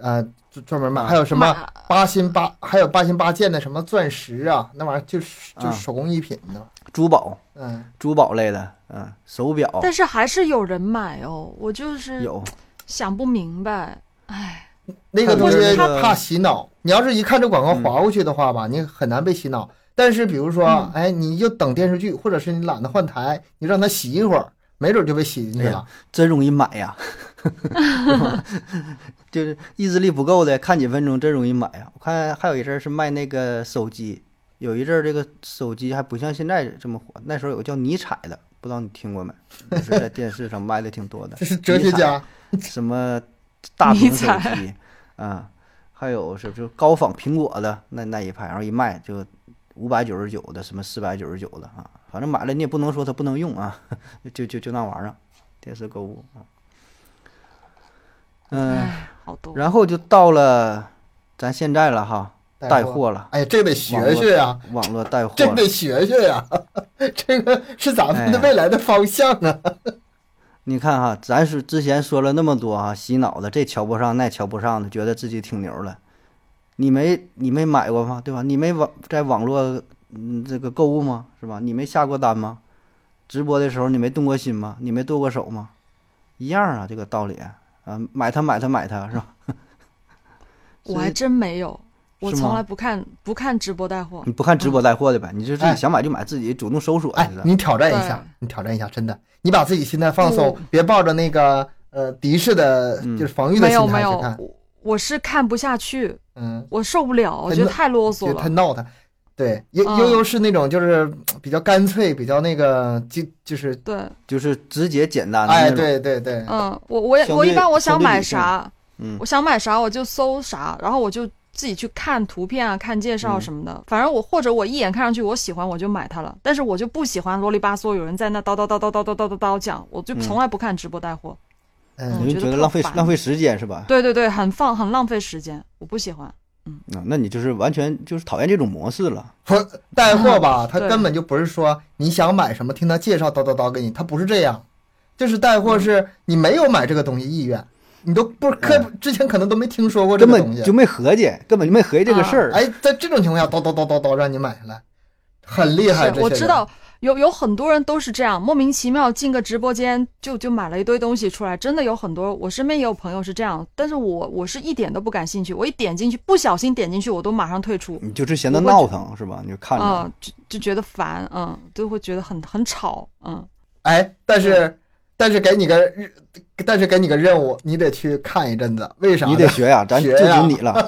呃，专专门卖，还有什么买八心八，还有八心八箭的什么钻石啊，那玩意儿就是就啊是手工艺品的，珠宝嗯，珠宝类的，嗯，手表但是还是有人买哦，我就是有。想不明白，哎，那个它不东是西它怕洗脑，你要是一看这广告嗯划过去的话吧，你很难被洗嗯脑。但是比如说，哎，你就等电视剧，或者是你懒得换台，你让它洗一会儿，没准就被洗进去哎了呀。真容易买呀， (laughs) 就是意志力不够的，看几分钟真容易买呀。我看还有一阵儿是卖那个手机，有一阵儿这个手机还不像现在这么火，那时候有个叫尼采的，不知道你听过没？就是在电视上卖的挺多的这，是哲学家，什么大屏手尼机啊，还有是就高仿苹果的那那一派，然后一卖就五百九十九的，什么四百九十九的啊，反正买了你也不能说它不能用啊， (laughs) 就就就那玩意儿，电视购物啊，嗯，唉，好多。然后就到了咱现在了哈，带货了，哎呀，这得学学呀、网络带货这了得学学呀、 (laughs) 这个是咱们的哎未来的方向啊！你看哈，咱是之前说了那么多哈、洗脑的，这瞧不上那瞧不上的，觉得自己挺牛了。你没你没买过吗？对吧？你没网在网络嗯这个购物吗？是吧？你没下过单吗？直播的时候你没动过心吗？你没剁过手吗？一样啊，这个道理啊，买它买它买它是吧？我还真没有，我是吗从来不看不看直播带货。你不看直播带货的呗，你就自哎己想买就买，自己主动搜索哎去，了。你挑战一下对，嗯你挑战一下，真的，你把自己心态放松，不别抱着那个呃敌视的，嗯就是防御的没心有态没有去看，。我我是看不下去，嗯，我受不了，我太觉得嫩太啰嗦就太了。闹腾。对，悠嗯悠悠是那种就是嗯比较干脆，比较那个就就是对，就是直接简单的那哎，种。对对对，嗯，我我也相我一对般我想相对买理性啥，嗯我想买啥我就搜啥，然后我就自己去看图片啊、看介绍嗯什么的。反正我或者我一眼看上去我喜欢我就买它了，但是我就不喜欢啰里吧嗦有人在那叨叨叨叨叨叨叨叨叨讲，我就嗯从来不看直播带货。嗯我你觉就得觉得特浪费烦浪费时间是吧？对对对，很放很浪费时间，我不喜欢。嗯，那你就是完全就是讨厌这种模式了。不带货吧，他嗯对根本就不是说你想买什么，听他介绍叨叨叨给你，他不是这样，就是带嗯货是你没有买这个东西意愿，你都不可之前可能都没听说过嗯这根个东本就西，没合计，根本就没合计嗯这个事儿。哎，在这种情况下叨叨叨叨叨让你买下来，很厉害。这是，我些人知道有有很多人都是这样，莫名其妙进个直播间就就买了一堆东西出来，真的有很多，我身边也有朋友是这样，但是我我是一点都不感兴趣，我一点进去不小心点进去，我都马上退出，你就是嫌他闹腾是吧？你就看着，啊、就就觉得烦，嗯，就会觉得很很吵，嗯，哎，但是但是给你个日，但是给你个任务，你得去看一阵子，为啥呢？你得学呀、咱学就呀准你 (laughs) 了。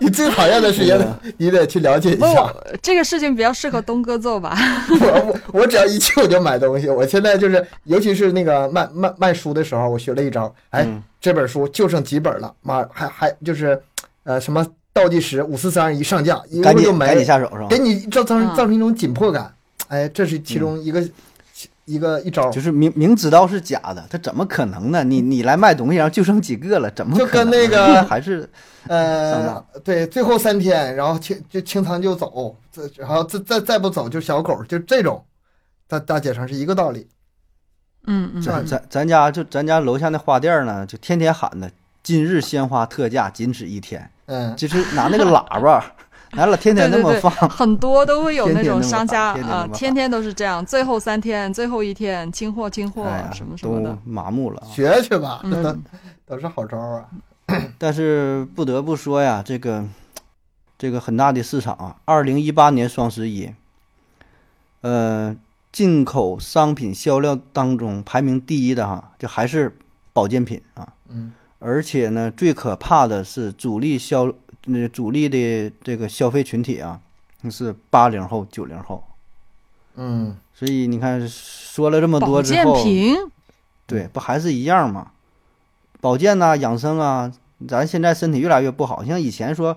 你最讨厌的事 (laughs) 情嗯，你得去了解一不是下。我呃这个事情比较适合东哥做吧， (laughs) 我 (laughs) 我我只要一去我就买东西。我现在就是，尤其是那个卖卖卖书的时候，我学了一招。哎，嗯这本书就剩几本了，妈还还就是，呃，什么倒计时五四三二一上架，一赶会儿就紧赶没紧了，下手是吧给？你造造成嗯造成一种紧迫感。哎，这是其中一个、一个一招，嗯就是明明知道是假的，他怎么可能呢？你你来卖东西，然后就剩几个了，怎么就可能跟呢？ (laughs) 那个还是上呃当，对，最后三天，然后清就清仓就走，这然后再再再不走就小狗，就这种，大大街上是一个道理。嗯嗯咱嗯，咱咱家就咱家楼下那花店呢，就天天喊的“今日鲜花特价，仅此一天”，嗯，就是拿那个喇叭， (laughs) 拿了天天那么对对对放，很多都会有天那天种那么商打家天天那啊，么天打天都是这样，最后三天、最后一天清货、清货哎呀，什么什么都的，麻木了啊。学去吧，嗯这都 (laughs) 都是好招啊。但是不得不说呀，这个这个很大的市场啊，二零一八年双十一，呃，进口商品销量当中排名第一的哈，就还是保健品啊。嗯，而且呢，最可怕的是主力消呃主力的这个消费群体啊，是八零后、九零后。嗯，所以你看，说了这么保多之健后，品。嗯对，不还是一样吗？保健呐、养生啊，咱现在身体越来越不好，像以前说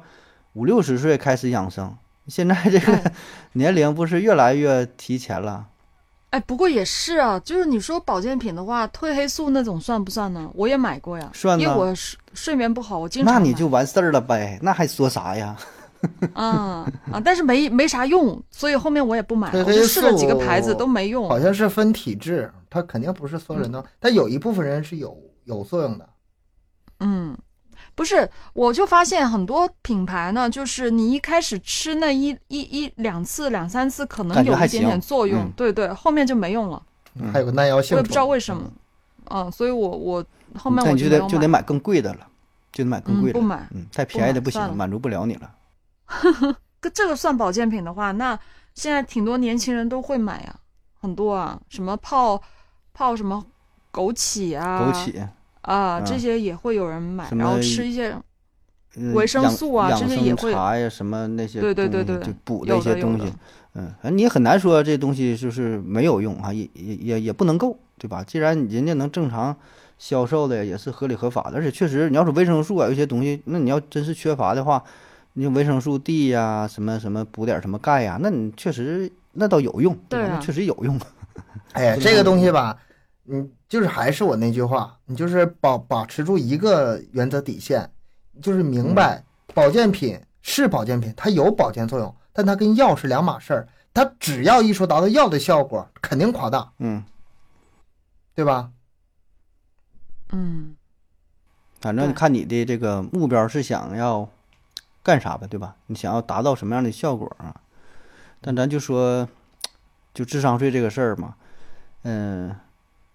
五六十岁开始养生，现嗯在这个 (laughs) 年龄不是越来越提前了？哎，不过也是啊，就是你说保健品的话，褪黑素那种算不算呢？我也买过呀，算因为呢我睡睡眠不好，我经常那你买就完事儿了呗，那还说啥呀？啊啊，但是没没啥用，所以后面我也不买了，褪我黑就试了几个素牌子都没用。好像是分体质，它肯定不是所有人都，但有一部分人是有有作用的。嗯，不是，我就发现很多品牌呢，就是你一开始吃那一一一两次、两三次，可能感觉有还一点点行作用，嗯对对，后面就没用了，嗯还有个耐药性我也种，不知道为什么。嗯，所以我我后面那我你就没得有就得买更贵的了，就得买更嗯贵的不了。买嗯，太便宜的买不行，算了满足不了你了。这个算保健品的话，那现在挺多年轻人都会买呀、很多啊，什么泡泡什么枸杞枸啊，杞、啊，嗯这些也会有人买，什然后么吃一些呃维生养素啊养这些也生会茶呀，什么那些对对对东西对就对补有一些的有东的西，嗯，反正你也很难说这东西就是没有用啊，也也也也不能够，对吧？既然人家能正常销售的，也是合理合法的，而且确实，你要是维生素啊，有些东西，那你要真是缺乏的话，你维生素 D 呀、什么什么补点什么钙呀、那你确实那倒有用，吧对啊那确实有用，哎呀，这这个个东西吧，你就是还是我那句话，你就是保把持住一个原则底线，就是明白保健品是保健品，它有保健作用，但它跟药是两码事儿。它只要一说达到药的效果，肯定夸大，嗯，对吧？ (laughs) 嗯，反正你对看你的这个目标是想要干啥呗，对吧？你想要达到什么样的效果啊？但咱就说，就智商税这个事儿嘛，嗯、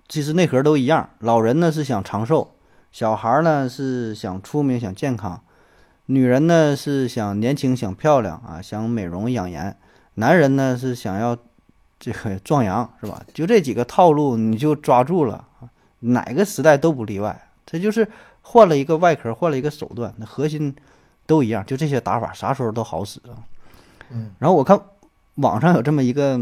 其实内核都一样。老人呢是想长寿，小孩儿呢是想出名、想健康，女人呢是想年轻、想漂亮啊，想美容养颜，男人呢是想要这个壮阳，是吧？就这几个套路你就抓住了，啊哪个时代都不例外。这就是换了一个外壳，换了一个手段，那核心都一样，就这些打法啥时候都好使啊。嗯，然后我看网上有这么一个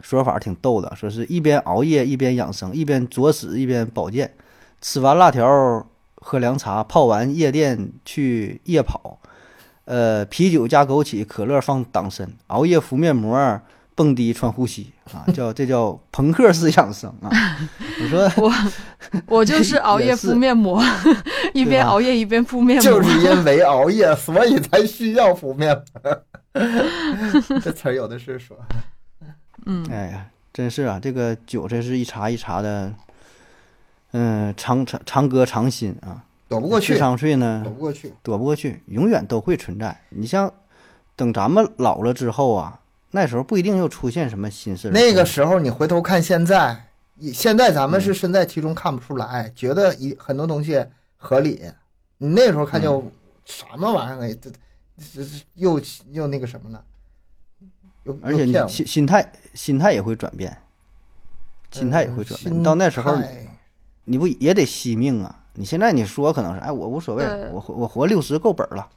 说法，挺逗的，说是一边熬夜一边养生，一边作死一边保健，吃完辣条喝凉茶，泡完夜店去夜跑，呃，啤酒加枸杞，可乐放党参，熬夜敷面膜。蹦迪穿护膝啊，叫这叫朋克式养生啊！你说我就是熬夜敷面膜， (laughs) 一啊边熬夜一边敷面 (laughs) 膜就，是因为熬夜，所以才需要敷面膜。这词儿有的是说，嗯，哎呀，真是啊，这个韭菜是一茬一茬的，嗯，长长长歌长新啊。躲不过智去，商税呢躲，不过去。躲不过去，永远都会存在。你像等咱们老了之后啊，那时候不一定又出现什么新事儿。那个时候你回头看现在，以现在咱们嗯是身在其中看不出来，觉得一很多东西合理。你那时候看就嗯什么玩意儿，这这这又又那个什么了，又而且又你骗我心心态心态也会转变，心态也会转变。你到那时候嗯心态你不也得惜命啊？你现在你说可能是哎我无所谓对，我活我活六十够本儿了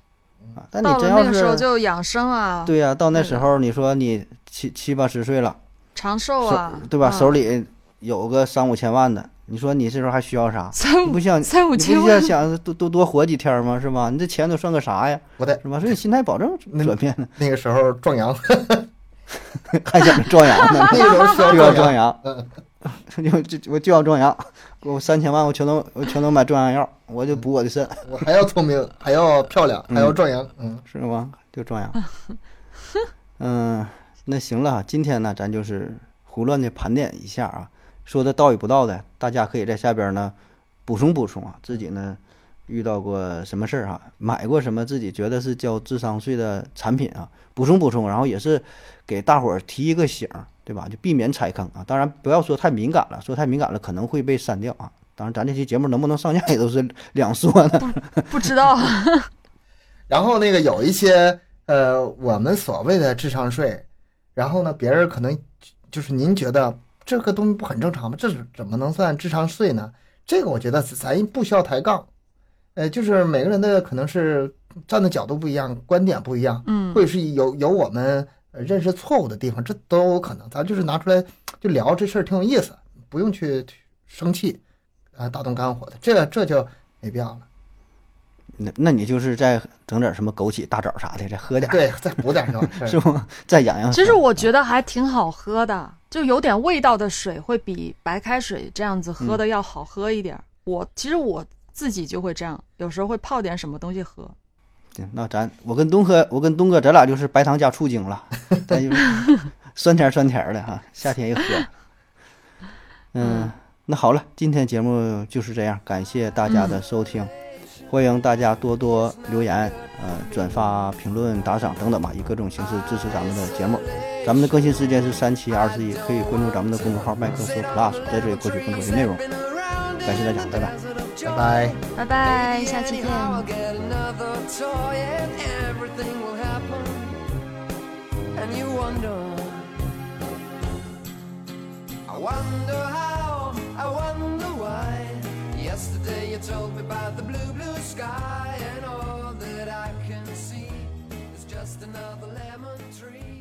啊。但你到真了要那是个时候就养生啊，对呀、到那对时的候你说你七七八十岁了，长寿手啊，对吧？嗯手里有个三五千万的，你说你这时候还需要啥？三你不五想三五你千不万想，想多多多活几天吗？是吧？你这钱都算个啥呀？不对，是吧？所以心态保证那转变了，那个时候壮阳，，(laughs) 还想着壮阳呢 (laughs) 那个时候需要就要壮壮阳。阳， (laughs) 就就我就要壮阳，给我三千万，我全都我全都买壮阳药，我就补我的肾，我还要聪明，还要漂亮，还要壮阳。嗯，是吧？就壮阳。 (laughs) 嗯，那行了，今天呢，咱就是胡乱的盘点一下啊，说的道与不道的，大家可以在下边呢补充补充啊，自己呢遇到过什么事儿啊，买过什么自己觉得是交智商税的产品啊，补充补充，然后也是给大伙儿提一个醒儿，对吧？就避免踩坑啊，当然不要说太敏感了，说太敏感了可能会被删掉啊。当然，咱这期节目能不能上架也都是两说呢。 (laughs) 不知道，啊 (laughs) 然后那个有一些呃，我们所谓的智商税，然后呢，别人可能就是您觉得这个东西不很正常吗？这是怎么能算智商税呢？这个我觉得咱不需要抬杠，呃，就是每个人的可能是站的角度不一样，观点不一样，嗯或者是有有我们呃认识错误的地方，这都有可能。咱就是拿出来就聊这事儿挺有意思，不用去去生气啊，大动肝火的，这这就没必要了。那那你就是再整点什么枸杞、大枣啥的，再喝点儿，对，再补点就完事儿 (laughs) 了是吗？再养养。其实我觉得还挺好喝的，就有点味道的水会比白开水这样子嗯喝的要好喝一点儿。我其实我自己就会这样，有时候会泡点什么东西喝。行，那咱我跟东哥，我跟东哥，咱俩就是白糖加醋精了，咱就是 (laughs) 酸甜酸甜的哈，夏天一喝。嗯，那好了，今天节目就是这样，感谢大家的收听，欢迎大家多多留言、呃转发、评论、打赏等等吧，以各种形式支持咱们的节目。咱们的更新时间是三七二十一，可以关注咱们的公众号麦克说 Plus，在这里获取更多的内容。感谢大家，拜拜。拜拜。拜拜，下期见。 I'll get another toy and everything will happen. And you wonder. I wonder how, I wonder why. Yesterday you told me about the blue, blue sky, and all that I can see is just another lemon tree.